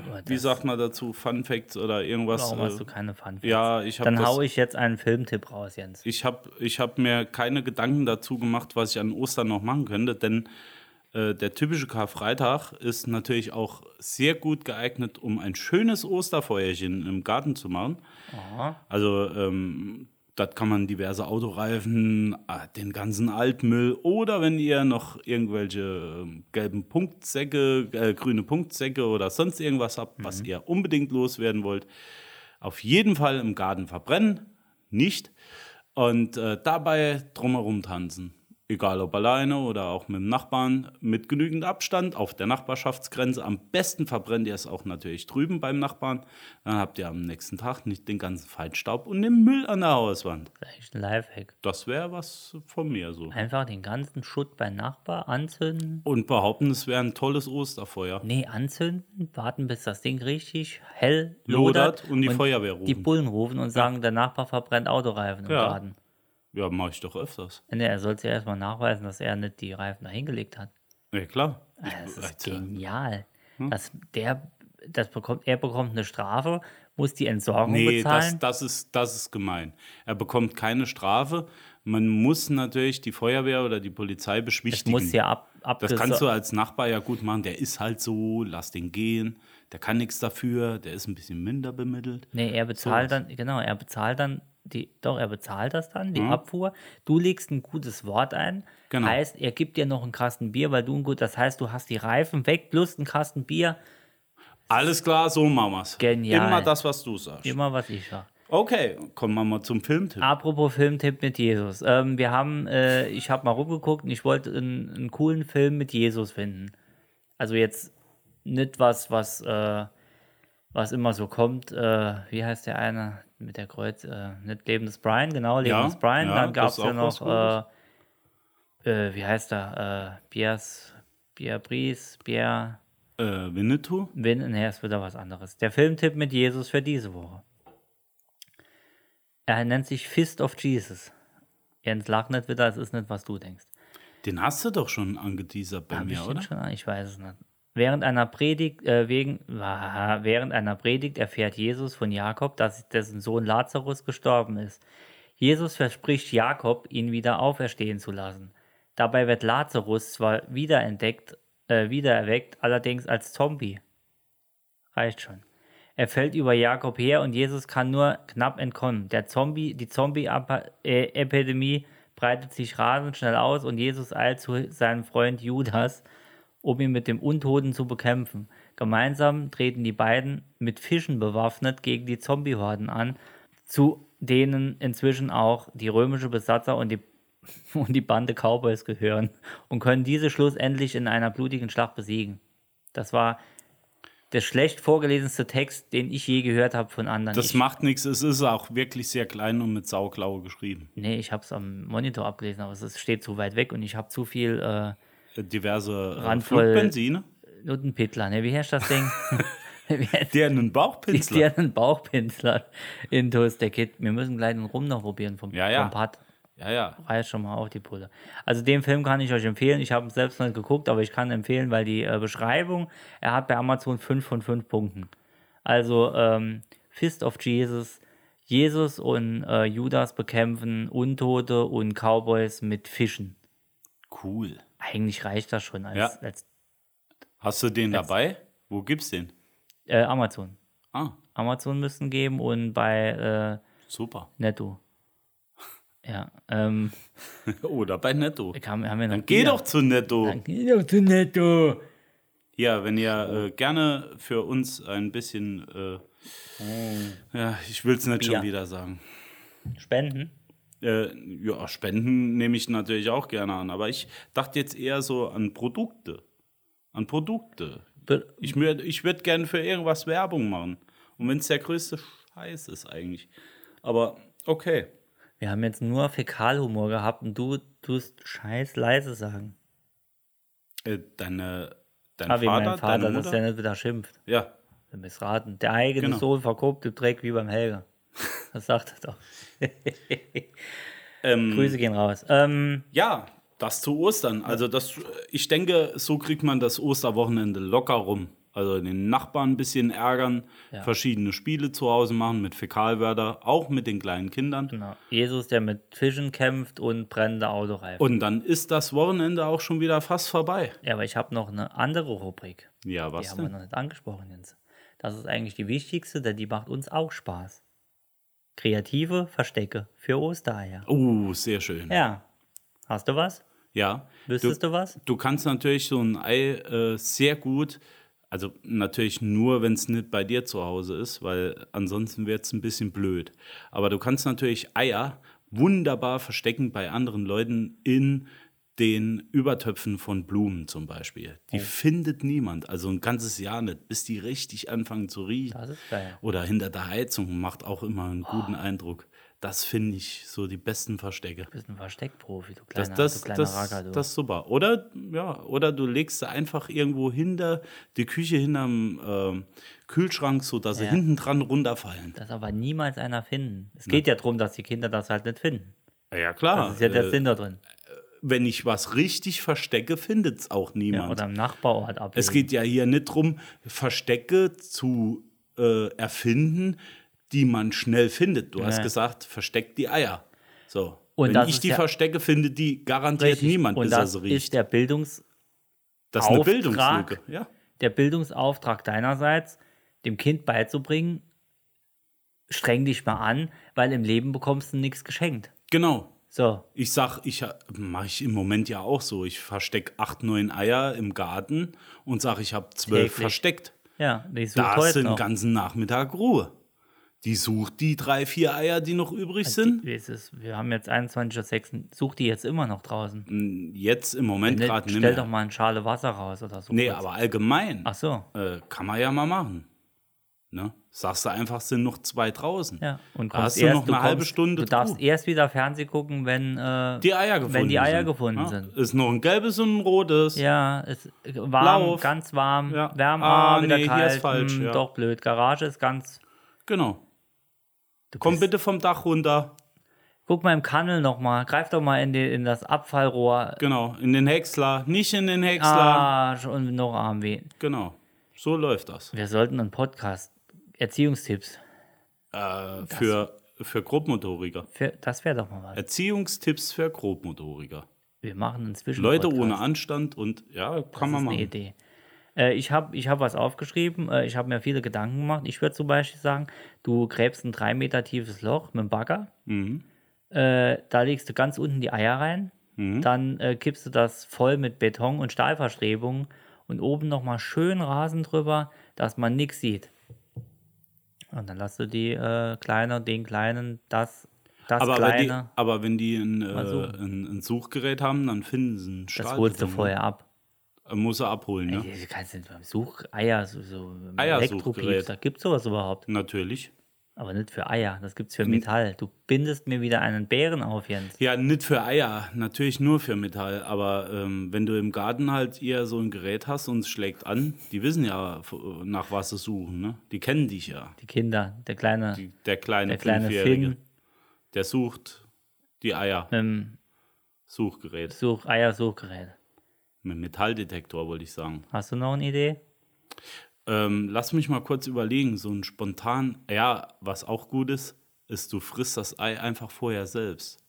S2: wie
S3: Oh, das-
S2: sagt man dazu, Fun Facts oder irgendwas.
S3: Warum hast du
S2: Äh,
S3: keine Fun Facts?
S2: ja, ich habe
S3: Dann hau
S2: das-
S3: ich jetzt einen Filmtipp raus, Jens.
S2: ich habe ich hab mir keine Gedanken dazu gemacht, was ich an Ostern noch machen könnte, denn äh, der typische Karfreitag ist natürlich auch sehr gut geeignet, um ein schönes Osterfeuerchen im Garten zu machen. Also ähm, das kann man diverse Autoreifen, ah, den ganzen Altmüll oder wenn ihr noch irgendwelche ähm, gelben Punktsäcke, äh, grüne Punktsäcke oder sonst irgendwas habt, was ihr unbedingt loswerden wollt, auf jeden Fall im Garten verbrennen, nicht und äh, dabei drumherum tanzen. Egal ob alleine oder auch mit dem Nachbarn, mit genügend Abstand auf der Nachbarschaftsgrenze. Am besten verbrennt ihr es auch natürlich drüben beim Nachbarn. Dann habt ihr am nächsten Tag nicht den ganzen Feinstaub und den Müll an der Hauswand.
S3: Das ist eigentlich ein Lifehack.
S2: Das wäre was von mir so.
S3: Einfach den ganzen Schutt beim Nachbar anzünden.
S2: Und behaupten, es wäre ein tolles Osterfeuer.
S3: Nee, anzünden, warten, bis das Ding richtig hell lodert,
S2: Lodert und die Feuerwehr rufen.
S3: Die Bullen rufen und sagen, der Nachbar verbrennt Autoreifen im
S2: Ja.
S3: Garten.
S2: Ja, mache ich doch öfters.
S3: Nee, er sollte ja erstmal nachweisen, dass er nicht die Reifen da hingelegt hat.
S2: Ja, klar. Ich,
S3: Ah, Das ist
S2: also,
S3: genial.
S2: Hm?
S3: Das, der, das bekommt, er bekommt eine Strafe, muss die Entsorgung
S2: nee, das,
S3: bezahlen.
S2: das, ist, das ist gemein. Er bekommt keine Strafe. Man muss natürlich die Feuerwehr oder die Polizei
S3: das
S2: beschwichtigen.
S3: muss ja ab,
S2: Das kannst du
S3: abgesor-
S2: als Nachbar ja gut machen. Der ist halt so, lass den gehen. Der kann nichts dafür. Der ist ein bisschen minder bemittelt.
S3: Nee, er bezahlt dann, genau, er bezahlt dann die, doch, er bezahlt das dann, die Abfuhr. Du legst ein gutes Wort ein.
S2: Genau.
S3: Heißt, er gibt dir noch einen Kasten Bier, weil du ein gut, das heißt, du hast die Reifen weg plus einen Kasten Bier.
S2: Alles klar, so machen wir's.
S3: Genial.
S2: Immer das, was du sagst.
S3: Immer Ah. was ich sag.
S2: Okay, kommen wir mal zum Filmtipp.
S3: Apropos Filmtipp mit Jesus. Ähm, wir haben, äh, ich habe mal rumgeguckt und ich wollte einen, einen coolen Film mit Jesus finden. Also jetzt nicht was, was, äh, was immer so kommt. Äh, wie heißt der eine mit der Kreuz? Äh, nicht Lebendes Brian, genau, Lebendes Brian.
S2: ja,
S3: Dann gab
S2: das
S3: es
S2: ist auch
S3: ja
S2: was
S3: noch, äh, äh, wie heißt er? Äh, Bias, Bia Bries, Bia
S2: Äh, Winnetou?
S3: Win, nee, ist wieder was anderes. Der Filmtipp mit Jesus für diese Woche. Er nennt sich Fist of Jesus. Jens, lach nicht wieder, es ist nicht, was du denkst.
S2: Den hast du doch schon angeteasert bei
S3: Hab ich
S2: mir,
S3: den
S2: oder?
S3: Schon, an? ich weiß es nicht. Während einer Predigt, äh, wegen, waha, während einer Predigt erfährt Jesus von Jakob, dass dessen Sohn Lazarus gestorben ist. Jesus verspricht Jakob, ihn wieder auferstehen zu lassen. Dabei wird Lazarus zwar wiederentdeckt, äh, wiedererweckt, allerdings als Zombie. Reicht schon. Er fällt über Jakob her und Jesus kann nur knapp entkommen. Der Zombie, die Zombie-Epidemie breitet sich rasend schnell aus und Jesus eilt zu seinem Freund Judas, um ihn mit dem Untoten zu bekämpfen. Gemeinsam treten die beiden mit Fischen bewaffnet gegen die Zombiehorden an, zu denen inzwischen auch die römische Besatzer und die, und die Bande Cowboys gehören und können diese schlussendlich in einer blutigen Schlacht besiegen. Das war der schlecht vorgelesenste Text, den ich je gehört habe von anderen.
S2: Das
S3: ich,
S2: macht nichts. Es ist auch wirklich sehr klein und mit Sauklaue geschrieben.
S3: nee, ich habe es am Monitor abgelesen, aber es ist- steht zu weit weg und ich habe zu viel äh,
S2: Äh, Diverse äh,
S3: Randvoll-
S2: Flugbenzine.
S3: Nuttenpittler. Ne? Wie heißt das Ding? Wie heißt
S2: Der einen Bauchpinsel.
S3: Die hat einen Bauchpinsel in Toast der Kid. Wir müssen gleich den Rum noch probieren vom,
S2: Ja, ja.
S3: vom Pad.
S2: Ja, ja.
S3: Reiß schon mal auf die Pulle. Also den Film kann ich euch empfehlen. Ich habe ihn selbst noch nicht geguckt, aber ich kann empfehlen, weil die äh, Beschreibung, er hat bei Amazon 5 von 5 Punkten. Also ähm, Fist of Jesus, Jesus und äh, Judas bekämpfen Untote und Cowboys mit Fischen.
S2: Cool.
S3: Eigentlich reicht das schon als,
S2: Ja.
S3: als
S2: Hast du den dabei? Wo gibt's den?
S3: äh, Amazon.
S2: Ah,
S3: Amazon müssen geben und bei
S2: super.
S3: äh, Netto. Ja, ähm,
S2: Oder bei Netto.
S3: Kam, haben wir noch
S2: Geh
S3: Bier?
S2: doch zu Netto.
S3: Dann geh doch zu Netto.
S2: Ja, wenn ihr äh, gerne für uns ein bisschen, äh,
S3: Oh.
S2: ja, ich will es nicht
S3: Bier.
S2: schon wieder sagen.
S3: Spenden?
S2: Äh, ja, Spenden nehme ich natürlich auch gerne an, aber ich dachte jetzt eher so an Produkte. An Produkte.
S3: Be-
S2: Ich, mür- ich würde gerne für irgendwas Werbung machen. Und wenn es der größte Scheiß ist eigentlich. Aber okay.
S3: Wir haben jetzt nur Fäkalhumor gehabt und du tust scheiß leise sagen.
S2: Äh, deine, dein
S3: Ah, wie
S2: Vater,
S3: mein Vater,
S2: deine
S3: dass
S2: Mutter?
S3: der nicht wieder schimpft.
S2: Ja,
S3: Du bist raten. Der eigene
S2: Genau.
S3: Sohn verkobt im Dreck wie beim Helge. Das sagt er doch. Grüße gehen raus. Ähm,
S2: ja, das zu Ostern. Also das, ich denke, so kriegt man das Osterwochenende locker rum. Also den Nachbarn ein bisschen ärgern, verschiedene Spiele zu Hause machen mit Fäkalwörter, auch mit den kleinen Kindern.
S3: genau. Jesus, der mit Fischen kämpft und brennende Autoreifen.
S2: Und dann ist das Wochenende auch schon wieder fast vorbei.
S3: ja, aber ich habe noch eine andere Rubrik.
S2: Ja,
S3: Die
S2: was
S3: haben wir
S2: denn?
S3: noch nicht angesprochen, Jens. Das ist eigentlich die wichtigste, denn die macht uns auch Spaß. Kreative Verstecke für Ostereier.
S2: Oh, sehr schön. Ja.
S3: Ja. Hast du was? Wüsstest du, was?
S2: Du kannst natürlich so ein Ei äh, sehr gut, also natürlich nur, wenn es nicht bei dir zu Hause ist, weil ansonsten wird es ein bisschen blöd. Aber du kannst natürlich Eier wunderbar verstecken bei anderen Leuten in den Übertöpfen von Blumen zum Beispiel.
S3: Oh.
S2: Die findet niemand, also ein ganzes Jahr nicht, bis die richtig anfangen zu riechen.
S3: Das ist geil. Oh.
S2: Oder hinter der Heizung macht auch immer einen guten Eindruck. Das finde ich so die besten Verstecke.
S3: Du bist ein Versteckprofi, du
S2: Das,
S3: kleiner,
S2: das,
S3: du kleiner
S2: das,
S3: Racker, du.
S2: das ist super. Oder, ja, oder du legst sie einfach irgendwo hinter die Küche, hinterm ähm, Kühlschrank, sodass sie
S3: Ja.
S2: hinten dran runterfallen.
S3: das aber niemals einer finden. Es geht ja darum, dass die Kinder das halt nicht finden.
S2: Ja,
S3: Das
S2: klar.
S3: ist ja der
S2: äh,
S3: Sinn da drin.
S2: wenn ich was richtig verstecke, findet es auch
S3: Ja,
S2: niemand.
S3: oder im Nachbarort ablegen.
S2: Es geht ja hier nicht darum, Verstecke zu äh, erfinden, die man schnell findet. Du hast
S3: Ja.
S2: gesagt, versteck die Eier. So.
S3: Und
S2: Wenn
S3: das
S2: ich
S3: ist
S2: die
S3: ja-
S2: Verstecke finde, die garantiert
S3: Richtig.
S2: niemand,
S3: Und
S2: bis er
S3: das
S2: so
S3: ist
S2: riecht.
S3: der, Bildungs,
S2: Das ist eine
S3: Auftrag.
S2: Bildungslücke. Ja.
S3: der Bildungsauftrag deinerseits, dem Kind beizubringen, streng dich mal an, weil im Leben bekommst du nichts geschenkt.
S2: Genau.
S3: So,
S2: Ich sag, ich mache ich im Moment ja auch so. Ich verstecke acht, neun Eier im Garten und sage, ich habe zwölf
S3: Täglich.
S2: versteckt.
S3: ja, die sucht
S2: Da ist
S3: heute
S2: den
S3: noch.
S2: ganzen Nachmittag Ruhe. Die sucht die drei, vier Eier, die noch übrig sind.
S3: Die- es ist, wir haben jetzt 21.06. Such die jetzt immer noch draußen.
S2: Jetzt im Moment
S3: Ne,
S2: gerade nicht
S3: stell doch
S2: mehr.
S3: mal eine Schale Wasser raus oder so.
S2: Nee, aber allgemein
S3: Ach so,
S2: äh, kann man ja mal machen. Ne? Sagst du einfach, sind noch zwei draußen.
S3: ja. Und
S2: da
S3: kommst
S2: hast du noch
S3: erst-
S2: eine halbe
S3: kommst-
S2: Stunde
S3: Du darfst
S2: zu.
S3: erst wieder Fernsehen gucken, wenn, äh,
S2: die Eier gefunden
S3: wenn die Eier
S2: sind.
S3: gefunden
S2: Ja?
S3: sind.
S2: Ist noch ein gelbes und ein rotes.
S3: Ja, ist warm,
S2: Lauf.
S3: ganz warm,
S2: Ja.
S3: wärmer,
S2: Ah,
S3: wieder
S2: nee,
S3: kalt.
S2: hier ist falsch,
S3: hm,
S2: ja.
S3: Doch blöd. Garage ist ganz.
S2: Genau.
S3: Du
S2: Komm
S3: bist-
S2: bitte vom Dach runter.
S3: Guck mal im Kannel nochmal. Greif doch mal in, die, in das Abfallrohr.
S2: Genau, in den Häcksler, nicht in den Häcksler.
S3: Ah, schon noch arm weh.
S2: Genau, so läuft das.
S3: Wir sollten einen Podcast. Erziehungstipps.
S2: Äh, für, für Grobmotoriker.
S3: Für, das wäre doch mal was.
S2: Erziehungstipps für Grobmotoriker.
S3: Wir machen inzwischen.
S2: Leute ohne Anstand und ja, kann
S3: Das
S2: man
S3: ist eine
S2: machen.
S3: Idee. Äh, ich habe ich hab was aufgeschrieben. Äh, ich habe mir viele Gedanken gemacht. Ich würde zum Beispiel sagen, du gräbst ein drei Meter tiefes Loch mit dem Bagger.
S2: Mhm.
S3: Äh, da legst du ganz unten die Eier rein.
S2: Mhm.
S3: Dann äh, kippst du das voll mit Beton und Stahlverstrebungen und oben nochmal schön Rasen drüber, dass man nichts sieht. Und dann lässt du die äh, Kleiner, den Kleinen, das, das
S2: Aber, wenn die,
S3: Kleine.
S2: aber wenn die ein, äh,
S3: suchen.
S2: ein, ein Suchgerät haben, dann finden sie einen Stahl.
S3: Das holst du vorher ab.
S2: Muss er abholen, ne?
S3: Ey, Du kannst nicht beim Such Eier, so, so
S2: Eiersuchgerät.
S3: Elektropiepser. Gibt sowas überhaupt?
S2: Natürlich.
S3: Aber nicht für Eier, das gibt's für Metall. Du bindest mir wieder einen Bären auf, Jens.
S2: Ja, nicht für Eier, natürlich nur für Metall. Aber ähm, wenn du im Garten halt eher so ein Gerät hast und es schlägt an, die wissen ja, f- nach was sie suchen, ne? Die kennen dich ja.
S3: Die Kinder, der kleine,
S2: Die, der kleine,
S3: der kleine
S2: Fünfjährige.
S3: Finn,
S2: Der sucht die Eier.
S3: ähm,
S2: Suchgerät.
S3: Such Eiersuchgerät.
S2: Mit Metalldetektor, wollte ich sagen.
S3: Hast du noch eine Idee?
S2: Ähm, lass mich mal kurz überlegen. So ein spontan, ja, was auch gut ist, ist, du frisst das Ei einfach vorher selbst.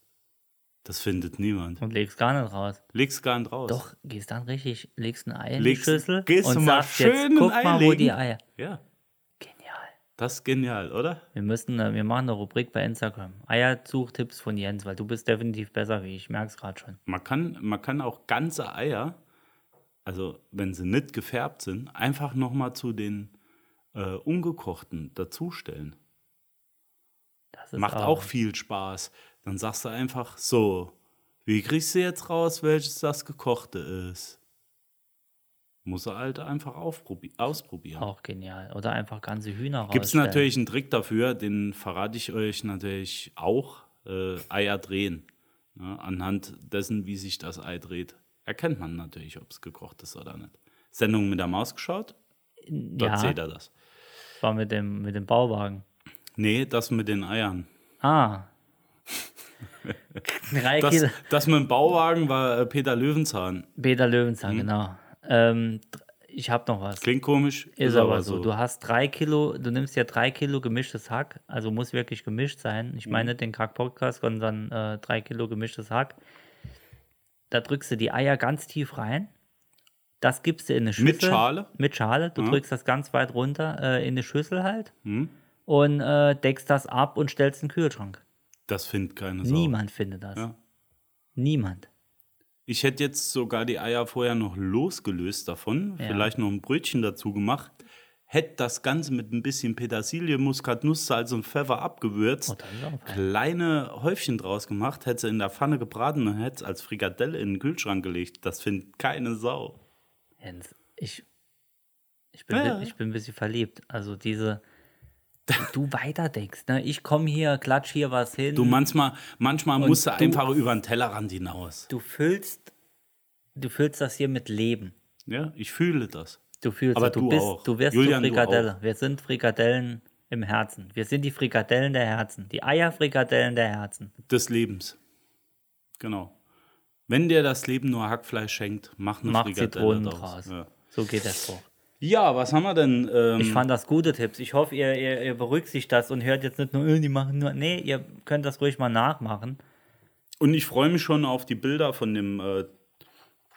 S2: Das findet niemand.
S3: Und legst gar nicht raus.
S2: Legst gar nicht raus.
S3: Doch, gehst dann richtig, legst ein Ei in
S2: Legst-
S3: die Schüssel
S2: gehst du
S3: und
S2: mal
S3: sagst
S2: schön
S3: jetzt,
S2: ein
S3: guck
S2: Ei
S3: mal, wo
S2: legen?
S3: die Eier.
S2: Ja,
S3: Genial.
S2: das ist genial, oder?
S3: Wir müssen, äh, wir machen eine Rubrik bei Instagram. Eiersuchtipps von Jens, weil du bist definitiv besser wie ich, merk's gerade schon.
S2: Man kann, man kann auch ganze Eier, also wenn sie nicht gefärbt sind, einfach nochmal zu den äh, ungekochten dazustellen.
S3: Das ist
S2: Macht auch viel Spaß. Dann sagst du einfach so, wie kriegst du jetzt raus, welches das gekochte ist? Muss er halt einfach aufprobi- ausprobieren.
S3: Auch genial. Oder einfach ganze Hühner raus.
S2: Gibt es natürlich einen Trick dafür, den verrate ich euch natürlich auch. Äh, Eier drehen. Ne? Anhand dessen, wie sich das Ei dreht, erkennt man natürlich, ob es gekocht ist oder nicht. Sendung mit der Maus geschaut, dort
S3: Ja,
S2: seht ihr das.
S3: war mit dem, mit dem Bauwagen.
S2: Nee, das mit den Eiern.
S3: Ah. Drei
S2: Das,
S3: Kilo.
S2: das mit dem Bauwagen war äh, Peter Löwenzahn.
S3: Peter Löwenzahn,
S2: Hm?
S3: genau. Ähm, dr- ich habe noch was.
S2: Klingt komisch,
S3: Ist, aber so. Du hast drei Kilo, du nimmst ja drei Kilo gemischtes Hack, also muss wirklich gemischt sein.
S2: Mhm.
S3: Ich meine nicht den Kack-Podcast, sondern äh, drei Kilo gemischtes Hack. Da drückst du die Eier ganz tief rein. Das gibst du in eine Schüssel.
S2: Mit Schale? Mhm.
S3: Mit Schale. Du drückst das ganz weit runter äh, in eine Schüssel halt. Und äh, deckst das ab und stellst in den Kühlschrank.
S2: Das findet keine Sau.
S3: Niemand findet das.
S2: Ja.
S3: Niemand.
S2: Ich hätte jetzt sogar die Eier vorher noch losgelöst davon,
S3: Ja.
S2: vielleicht noch ein Brötchen dazu gemacht, hätte das Ganze mit ein bisschen Petersilie, Muskat, Nusssalz und Pfeffer
S3: Oh,
S2: abgewürzt,
S3: das ist auch fein.
S2: kleine Häufchen draus gemacht, hätte sie in der Pfanne gebraten und hätte es als Frikadelle in den Kühlschrank gelegt. Das findet keine Sau.
S3: Jens, ich, ich, bin,
S2: Ja.
S3: ich bin ein bisschen verliebt. Also diese, du weiterdenkst, ne? Ich komme hier, klatsch hier was hin.
S2: Du, manchmal, manchmal musst du
S3: Hm. du-
S2: einfach über den Tellerrand hinaus.
S3: du füllst, du füllst das hier mit Leben.
S2: Ja, ich fühle das.
S3: Du fühlst,
S2: Aber
S3: du,
S2: du
S3: bist,
S2: auch.
S3: du wirst
S2: Julian, du
S3: zur Frikadelle. Wir sind Frikadellen im Herzen. Wir sind die Frikadellen der Herzen. Die Eierfrikadellen der Herzen.
S2: Des Lebens. Genau. Wenn dir das Leben nur Hackfleisch schenkt, mach eine
S3: Mach
S2: Frikadelle
S3: Zitronen
S2: draus.
S3: draus.
S2: Ja.
S3: So geht das vor.
S2: ja, was haben wir denn? Ähm,
S3: Ich fand das gute Tipps. Ich hoffe, ihr, ihr, ihr berücksichtigt das und hört jetzt nicht nur, "Äh, die machen nur. Nee, ihr könnt das ruhig mal nachmachen.
S2: Und ich freue mich schon auf die Bilder von dem äh,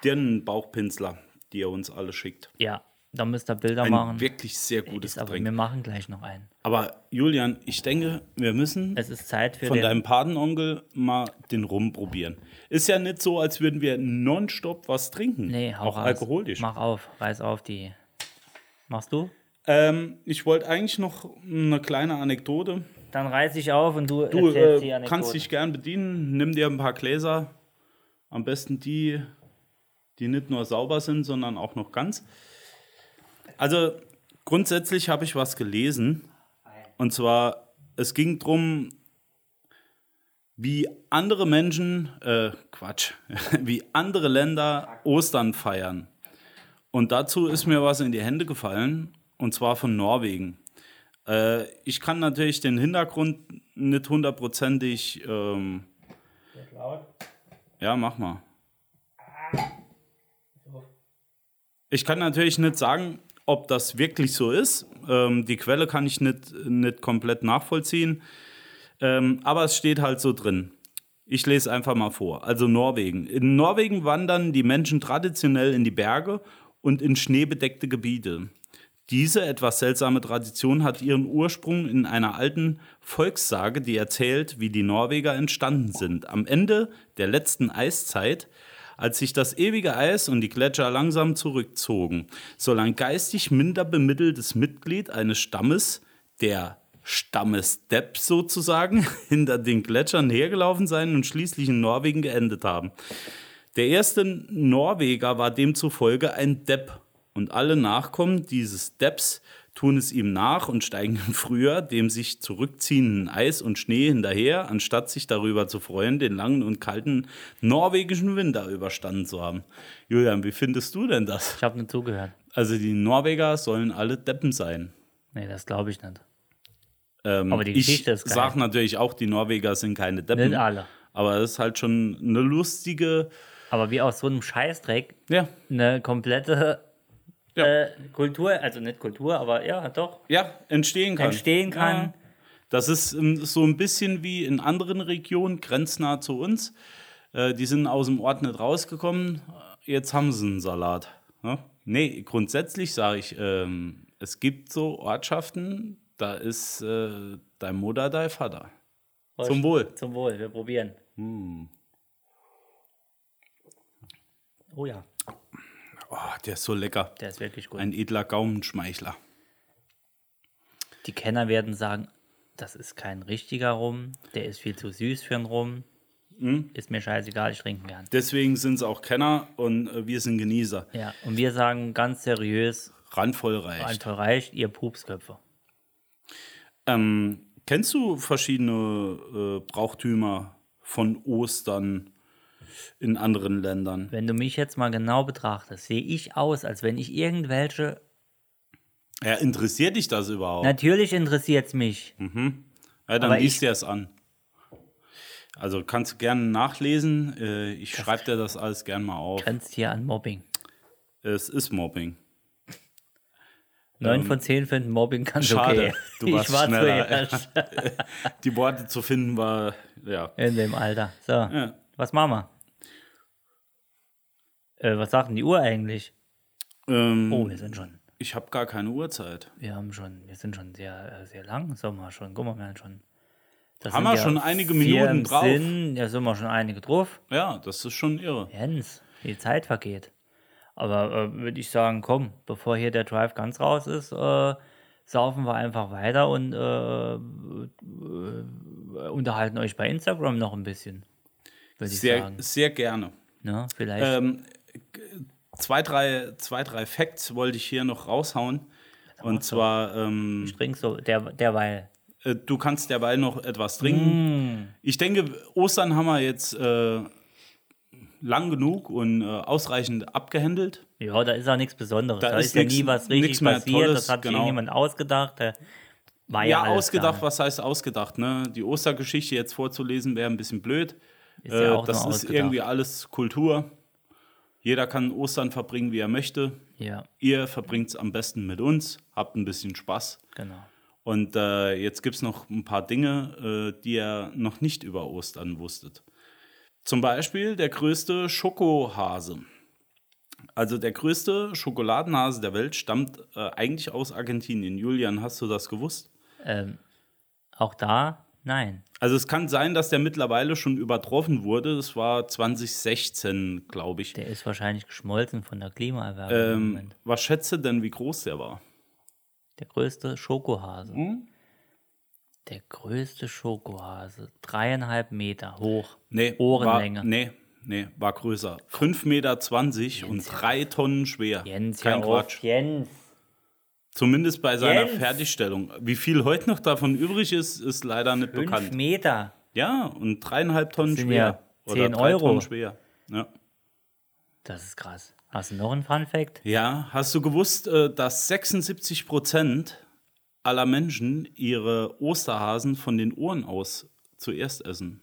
S2: Dirnenbauchpinsler, die er uns alle schickt.
S3: Ja, da müsst ihr Bilder
S2: Ein
S3: machen.
S2: wirklich sehr gutes
S3: Ist aber,
S2: Getränk.
S3: wir machen gleich noch einen.
S2: Aber Julian, ich denke, wir müssen
S3: Es ist Zeit für
S2: von
S3: den.
S2: deinem Patenonkel mal den Rum probieren. Ist ja nicht so, als würden wir nonstop was trinken.
S3: nee, hau
S2: auch
S3: raus.
S2: alkoholisch.
S3: Mach auf, reiß auf die. Machst du?
S2: Ähm, ich wollte eigentlich noch eine kleine Anekdote.
S3: Dann reiß ich auf und du,
S2: Du
S3: erzählst die
S2: äh,
S3: Anekdote.
S2: kannst dich gern bedienen. Nimm dir ein paar Gläser. Am besten die, die nicht nur sauber sind, sondern auch noch ganz. Also grundsätzlich habe ich was gelesen. Und zwar, es ging darum, wie andere Menschen, äh, Quatsch, wie andere Länder Ostern feiern. Und dazu ist mir was in die Hände gefallen, und zwar von Norwegen. Äh, ich kann natürlich den Hintergrund nicht hundertprozentig. Ähm, ja, mach mal. Ich kann natürlich nicht sagen, ob das wirklich so ist. Ähm, die Quelle kann ich nicht, nicht komplett nachvollziehen. Ähm, aber es steht halt so drin. Ich lese einfach mal vor. Also Norwegen. In Norwegen wandern die Menschen traditionell in die Berge und in schneebedeckte Gebiete. Diese etwas seltsame Tradition hat ihren Ursprung in einer alten Volkssage, die erzählt, wie die Norweger entstanden sind. Am Ende der letzten Eiszeit, als sich das ewige Eis und die Gletscher langsam zurückzogen, soll ein geistig minder bemitteltes Mitglied eines Stammes, der Stammesdepp sozusagen, hinter den Gletschern hergelaufen sein und schließlich in Norwegen geendet haben. Der erste Norweger war demzufolge ein Depp und alle Nachkommen dieses Depps tun es ihm nach und steigen früher dem sich zurückziehenden Eis und Schnee hinterher, anstatt sich darüber zu freuen, den langen und kalten norwegischen Winter überstanden zu haben. Julian, wie findest du denn das?
S3: Ich habe nicht zugehört.
S2: Also die Norweger sollen alle Deppen sein.
S3: Nee, das glaube ich nicht.
S2: Ähm,
S3: Aber die Geschichte
S2: ich
S3: ist geil.
S2: sag natürlich auch, die Norweger sind keine Deppen.
S3: Nicht alle.
S2: Aber das ist halt schon eine lustige,
S3: Aber wie aus so einem Scheißdreck
S2: ja,
S3: eine komplette
S2: Ja.
S3: äh, Kultur, also nicht Kultur, aber ja, doch,
S2: ja entstehen kann.
S3: entstehen kann.
S2: Das ist ähm, so ein bisschen wie in anderen Regionen, grenznah zu uns. Äh, die sind aus dem Ort nicht rausgekommen. Jetzt haben sie einen Salat. Ne? Nee, grundsätzlich sage ich, ähm, es gibt so Ortschaften, da ist äh, dein Mutter, dein Vater. Zum Wohl. Hm.
S3: Zum Wohl, wir probieren. Oh ja,
S2: Oh, der ist so lecker.
S3: der ist wirklich gut.
S2: Ein edler Gaumenschmeichler.
S3: Die Kenner werden sagen, das ist kein richtiger Rum, der ist viel zu süß für einen Rum.
S2: Hm?
S3: Ist mir scheißegal, ich trinken gern.
S2: Deswegen sind es auch Kenner und äh, wir sind Genießer.
S3: Ja, und wir sagen ganz seriös,
S2: Randvoll reicht.
S3: Anteil reicht, ihr Pupsköpfe.
S2: Ähm, kennst du verschiedene äh, Brauchtümer von Ostern in anderen Ländern?
S3: Wenn du mich jetzt mal genau betrachtest, sehe ich aus, als wenn ich irgendwelche.
S2: Ja, interessiert dich das überhaupt?
S3: Natürlich interessiert es mich.
S2: Hm. ja, dann
S3: aber
S2: liest
S3: ich-
S2: dir es an. Also kannst du gerne nachlesen. Äh, ich schreibe dir das alles gerne mal auf.
S3: Grenzt hier an Mobbing.
S2: Es ist Mobbing.
S3: Neun von zehn finden Mobbing ganz
S2: Ähm, schade,
S3: okay.
S2: du warst
S3: ich war
S2: schneller.
S3: zuerst
S2: Die Worte zu finden war, ja.
S3: in dem Alter. So, was machen wir? Äh, was sagt denn die Uhr eigentlich?
S2: Ähm,
S3: Oh, wir sind schon,
S2: Ich habe gar keine Uhrzeit.
S3: wir haben schon, wir sind schon sehr, äh, sehr lang. Sind wir schon, guck mal, wir haben schon. das
S2: Haben
S3: sind
S2: wir schon einige
S3: vier
S2: Minuten
S3: im
S2: drauf.
S3: Sinn. Ja, sind wir schon einige drauf.
S2: Ja, das ist schon irre.
S3: Jens, die Zeit vergeht. Aber äh, würde ich sagen, komm, bevor hier der Drive ganz raus ist, äh, saufen wir einfach weiter und äh, äh, unterhalten euch bei Instagram noch ein bisschen. Würde ich
S2: Sehr,
S3: sagen.
S2: sehr gerne.
S3: Ne? Vielleicht.
S2: Ähm, zwei, drei, zwei, drei Facts wollte ich hier noch raushauen. Und zwar, ähm,
S3: trinkst du der, derweil.
S2: äh, du kannst derweil noch etwas trinken.
S3: Mm.
S2: Ich denke, Ostern haben wir jetzt äh, lang genug und äh, ausreichend abgehändelt.
S3: Ja, da ist auch nichts Besonderes.
S2: Da
S3: Da,
S2: ist
S3: ist ja
S2: nix-
S3: nie was
S2: nix
S3: richtig
S2: mehr
S3: passiert.
S2: Tolles,
S3: das hat sich
S2: genau.
S3: irgendjemand ausgedacht. Da war Ah ja,
S2: Ja,
S3: alles
S2: ausgedacht,
S3: da.
S2: was heißt ausgedacht? Ne? Die Ostergeschichte jetzt vorzulesen wäre ein bisschen blöd.
S3: Ist ja auch
S2: äh, das
S3: nur
S2: ist
S3: ausgedacht.
S2: irgendwie alles Kultur. Jeder kann Ostern verbringen, wie er möchte.
S3: Ja,
S2: Ihr verbringt es am besten mit uns, habt ein bisschen Spaß.
S3: genau.
S2: Und äh, jetzt gibt es noch ein paar Dinge, äh, die ihr noch nicht über Ostern wusstet. Zum Beispiel der größte Schokohase. Also der größte Schokoladenhase der Welt stammt äh, eigentlich aus Argentinien. Julian, hast du das gewusst?
S3: Ähm, auch da, nein.
S2: Also es kann sein, dass der mittlerweile schon übertroffen wurde. Das war 2016, glaube ich.
S3: Der ist wahrscheinlich geschmolzen von der Klimaerwärmung. im
S2: Ähm,
S3: Moment.
S2: was schätze denn, wie groß der war?
S3: Der größte Schokohase. Der größte Schokohase. Dreieinhalb Meter hoch.
S2: Nee,
S3: Ohrenlänge.
S2: War, nee, nee, war größer. 5,20 Meter und drei Tonnen schwer.
S3: Jens,
S2: Kein
S3: hör auf.
S2: Quatsch.
S3: Jens.
S2: Zumindest bei seiner
S3: Jens.
S2: Fertigstellung. Wie viel heute noch davon übrig ist, ist leider nicht
S3: Fünf
S2: bekannt.
S3: Meter.
S2: Ja, und dreieinhalb Tonnen
S3: sind
S2: schwer.
S3: ja 10
S2: drei
S3: Euro.
S2: Tonnen schwer. Ja.
S3: Das ist krass. Hast du noch einen Fun Fact?
S2: ja, hast du gewusst, äh, dass 76 Prozent aller Menschen ihre Osterhasen von den Ohren aus zuerst essen?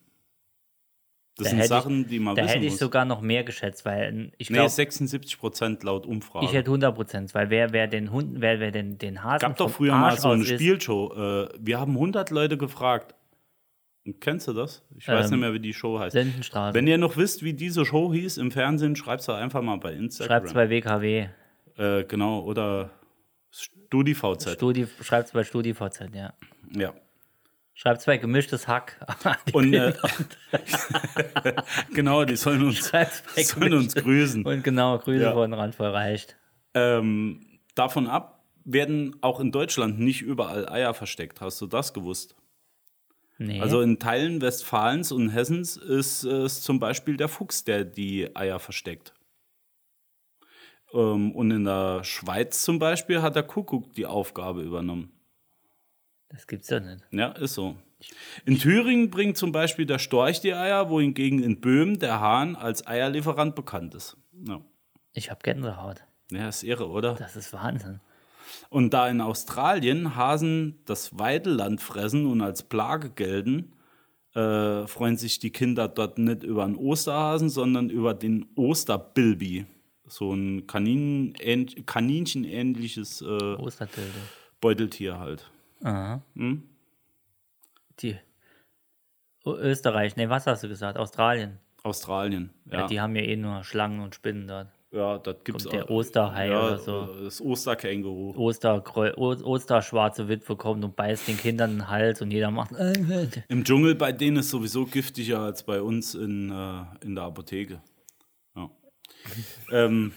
S2: Das
S3: Da
S2: sind
S3: hätte ich-
S2: Sachen, die man
S3: Da
S2: wissen
S3: hätte ich
S2: muss.
S3: sogar noch mehr geschätzt, weil ich
S2: nee,
S3: glaube,
S2: 76 Prozent laut Umfrage.
S3: ich hätte 100 Prozent, weil wer, wer den Hunden, wer, wer den, den Hasen
S2: gab doch
S3: vom
S2: früher mal
S3: Arsch
S2: so
S3: aus
S2: eine
S3: isst,
S2: Spielshow. Äh, wir haben 100 Leute gefragt. Kennst du das? Ich weiß
S3: Ähm,
S2: nicht mehr, wie die Show heißt.
S3: Sendenstraße.
S2: Wenn ihr noch wisst, wie diese Show hieß im Fernsehen, schreibt es einfach mal bei Instagram.
S3: Schreibt's bei WKW.
S2: äh, genau, oder StudiVZ.
S3: Studi, schreibt's bei StudiVZ, ja.
S2: ja.
S3: Schreibt's bei gemischtes Hack. Die
S2: Und
S3: Bilder.
S2: äh, genau, die sollen uns,
S3: Schreibt's bei
S2: sollen uns
S3: Gemischtes-
S2: grüßen.
S3: Und genau, Grüße
S2: Ja.
S3: von Randvoll reicht.
S2: Ähm, davon ab werden auch in Deutschland nicht überall Eier versteckt. Hast du das gewusst?
S3: Nee.
S2: Also in Teilen Westfalens und Hessens ist es zum Beispiel der Fuchs, der die Eier versteckt. Ähm, und in der Schweiz zum Beispiel hat der Kuckuck die Aufgabe übernommen.
S3: das gibt's doch nicht.
S2: Ja, ist so. In Thüringen bringt zum Beispiel der Storch die Eier, wohingegen in Böhmen der Hahn als Eierlieferant bekannt ist. Ja,
S3: Ich habe Gänsehaut.
S2: ja ist irre, oder?
S3: Das ist Wahnsinn.
S2: Und da in Australien Hasen das Weideland fressen und als Plage gelten, äh, freuen sich die Kinder dort nicht über einen Osterhasen, sondern über den Osterbilby. So ein Kanin ähn- kaninchenähnliches äh,
S3: Ostertilde.
S2: Beuteltier halt.
S3: Aha.
S2: Hm?
S3: Die Ö- Österreich, nee, was hast du gesagt? Australien.
S2: Australien.
S3: Ja.
S2: Ja,
S3: die haben ja eh nur Schlangen und Spinnen dort.
S2: ja das gibt's auch.
S3: der Osterhai
S2: ja,
S3: oder so.
S2: Das Osterkänguru.
S3: Osterkreu o Osterschwarze Witwe kommt und beißt den Kindern den Hals und jeder macht.
S2: Im Dschungel bei denen ist sowieso giftiger als bei uns in, äh, in der Apotheke. Ja. ähm,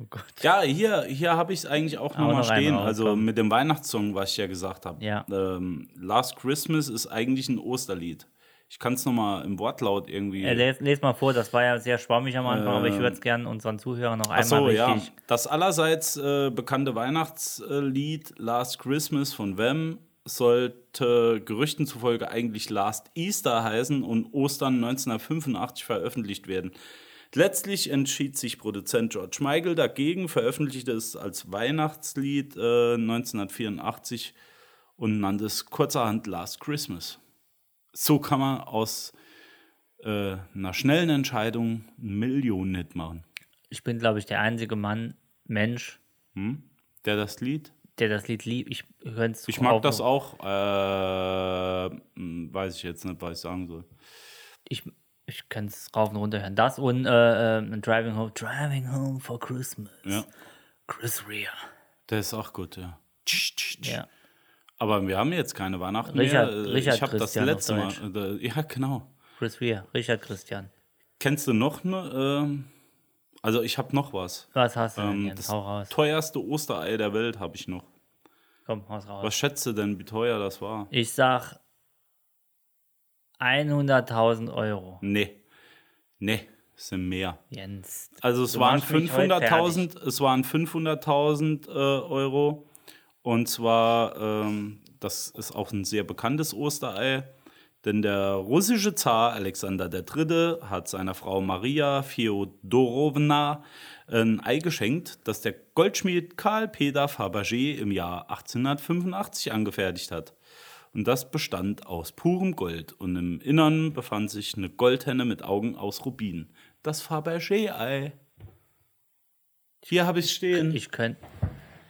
S3: Oh Gott.
S2: Ja, hier, hier habe ich es eigentlich auch
S3: noch
S2: nochmal
S3: einen
S2: stehen.
S3: raus,
S2: Also
S3: komm.
S2: mit dem Weihnachtssong, was ich ja gesagt habe.
S3: Ja.
S2: Ähm, Last Christmas ist eigentlich ein Osterlied. Ich kann es nochmal im Wortlaut irgendwie.
S3: Äh, les, les mal vor, das war ja sehr schwammig am Anfang, aber ich würde es gerne unseren Zuhörern noch einmal
S2: Ähm. Ach so,
S3: richtig.
S2: ja. Das allerseits äh, bekannte Weihnachtslied Last Christmas von Wham sollte Gerüchten zufolge eigentlich Last Easter heißen und Ostern 1985 veröffentlicht werden. Letztlich entschied sich Produzent George Michael dagegen, veröffentlichte es als Weihnachtslied äh, 1984 und nannte es kurzerhand Last Christmas. So kann man aus äh, einer schnellen Entscheidung einen Millionen-Hit machen.
S3: Ich bin, glaube ich, der einzige Mann, Mensch,
S2: Der das Lied?
S3: der das Lied liebt. Ich höre es
S2: Ich mag das auch. Äh, hm, weiß ich jetzt nicht, was ich sagen soll.
S3: Ich, ich kann es rauf und runter hören. Das und äh, äh, Driving Home. Driving Home for Christmas.
S2: Ja.
S3: Chris Rea.
S2: Der ist auch gut, ja. Tsch, tsch, tsch.
S3: Ja.
S2: Aber wir haben jetzt keine Weihnachten
S3: Richard-
S2: mehr. Äh,
S3: Richard
S2: ich habe das
S3: Christian auf
S2: letzte Mal. äh, Ja, genau.
S3: Chris Rea. Richard Christian.
S2: Kennst du noch eine? Ähm, also ich habe noch was.
S3: Was hast du denn
S2: Ähm,
S3: jetzt?
S2: das
S3: Hau raus.
S2: teuerste Osterei der Welt habe ich noch.
S3: Komm, haus raus.
S2: Was schätzt du denn, wie teuer das war?
S3: Ich sag 100.000 Euro.
S2: Nee. Nee, es sind mehr.
S3: Jens.
S2: Also es
S3: Du
S2: waren
S3: machst mich heute
S2: 500.000, es waren 500.000 äh, Euro und zwar ähm, das ist auch ein sehr bekanntes Osterei, denn der russische Zar Alexander III. hat seiner Frau Maria Fjodorowna ein Ei geschenkt, das der Goldschmied Karl Peter Fabergé im Jahr 1885 angefertigt hat. Und das bestand aus purem Gold. Und im Innern befand sich eine Goldhenne mit Augen aus Rubin. Das Fabergé-Ei. Hier habe ich stehen.
S3: Ich könnte.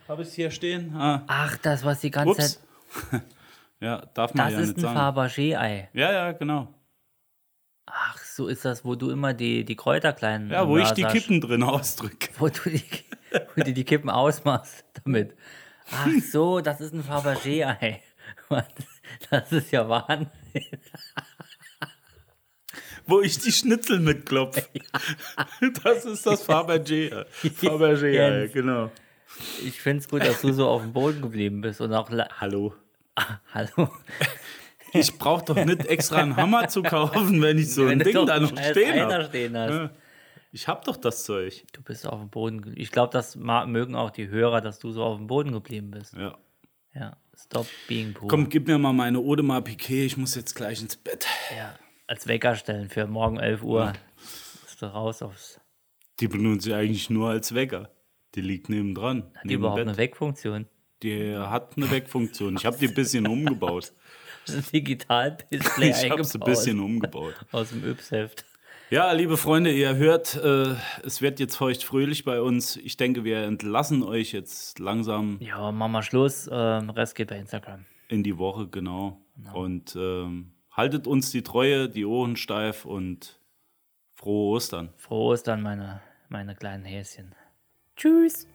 S2: Habe ich hier stehen? Ah,
S3: Ach, das, was die ganze
S2: ups.
S3: Zeit.
S2: ja, darf man
S3: Das
S2: ja
S3: ist
S2: nicht
S3: ein
S2: sagen.
S3: Fabergé-Ei.
S2: Ja, ja, genau.
S3: Ach, so ist das, wo du immer die, die Kräuter klein.
S2: Ja, wo ich die
S3: naserst.
S2: Kippen drin ausdrücke.
S3: Wo du die, wo du die Kippen ausmachst damit. Ach
S2: Hm.
S3: so, das ist ein Fabergé-Ei. Mann, Das ist ja Wahnsinn.
S2: Wo ich die Schnitzel mitklopfe. das ist das Fabergé-Ei. Fabergé-Ei,
S3: Jens.
S2: genau.
S3: Ich finde es gut, dass du so auf dem Boden geblieben bist und auch. la-
S2: Hallo.
S3: Hallo.
S2: Ich brauche doch nicht extra einen Hammer zu kaufen, wenn ich so ein
S3: Wenn du
S2: Ding
S3: doch
S2: da noch
S3: einen scheiß
S2: stehen
S3: Ei da
S2: habe.
S3: stehen hast.
S2: Ja. Ich habe doch das Zeug.
S3: Du bist auf dem Boden. ge- Ich glaube, das ma- mögen auch die Hörer, dass du so auf dem Boden geblieben bist.
S2: Ja.
S3: Ja. Stop being poor.
S2: Komm, gib mir mal meine Odemar Piquet, ich muss jetzt gleich ins Bett.
S3: Ja. Als Wecker stellen für morgen 11 Uhr. Bist du raus aufs.
S2: Die benutze ich eigentlich nur als Wecker. Die liegt nebendran.
S3: Hat die überhaupt eine Weckfunktion?
S2: Die hat eine Wegfunktion. Ich habe die ein bisschen umgebaut.
S3: Das ist ein Digital-Display
S2: Ich habe
S3: eingebaut.
S2: sie ein bisschen um. umgebaut.
S3: Aus dem Yps-Heft.
S2: Ja, liebe Freunde, ihr hört, äh, es wird jetzt feucht fröhlich bei uns. Ich denke, wir entlassen euch jetzt langsam
S3: Ja, machen wir Schluss. Ähm, Rest geht bei Instagram.
S2: in die Woche, genau. Und ähm, haltet uns die Treue, die Ohren steif und frohe Ostern.
S3: Frohe Ostern, meine, meine kleinen Häschen.
S1: Tschüss.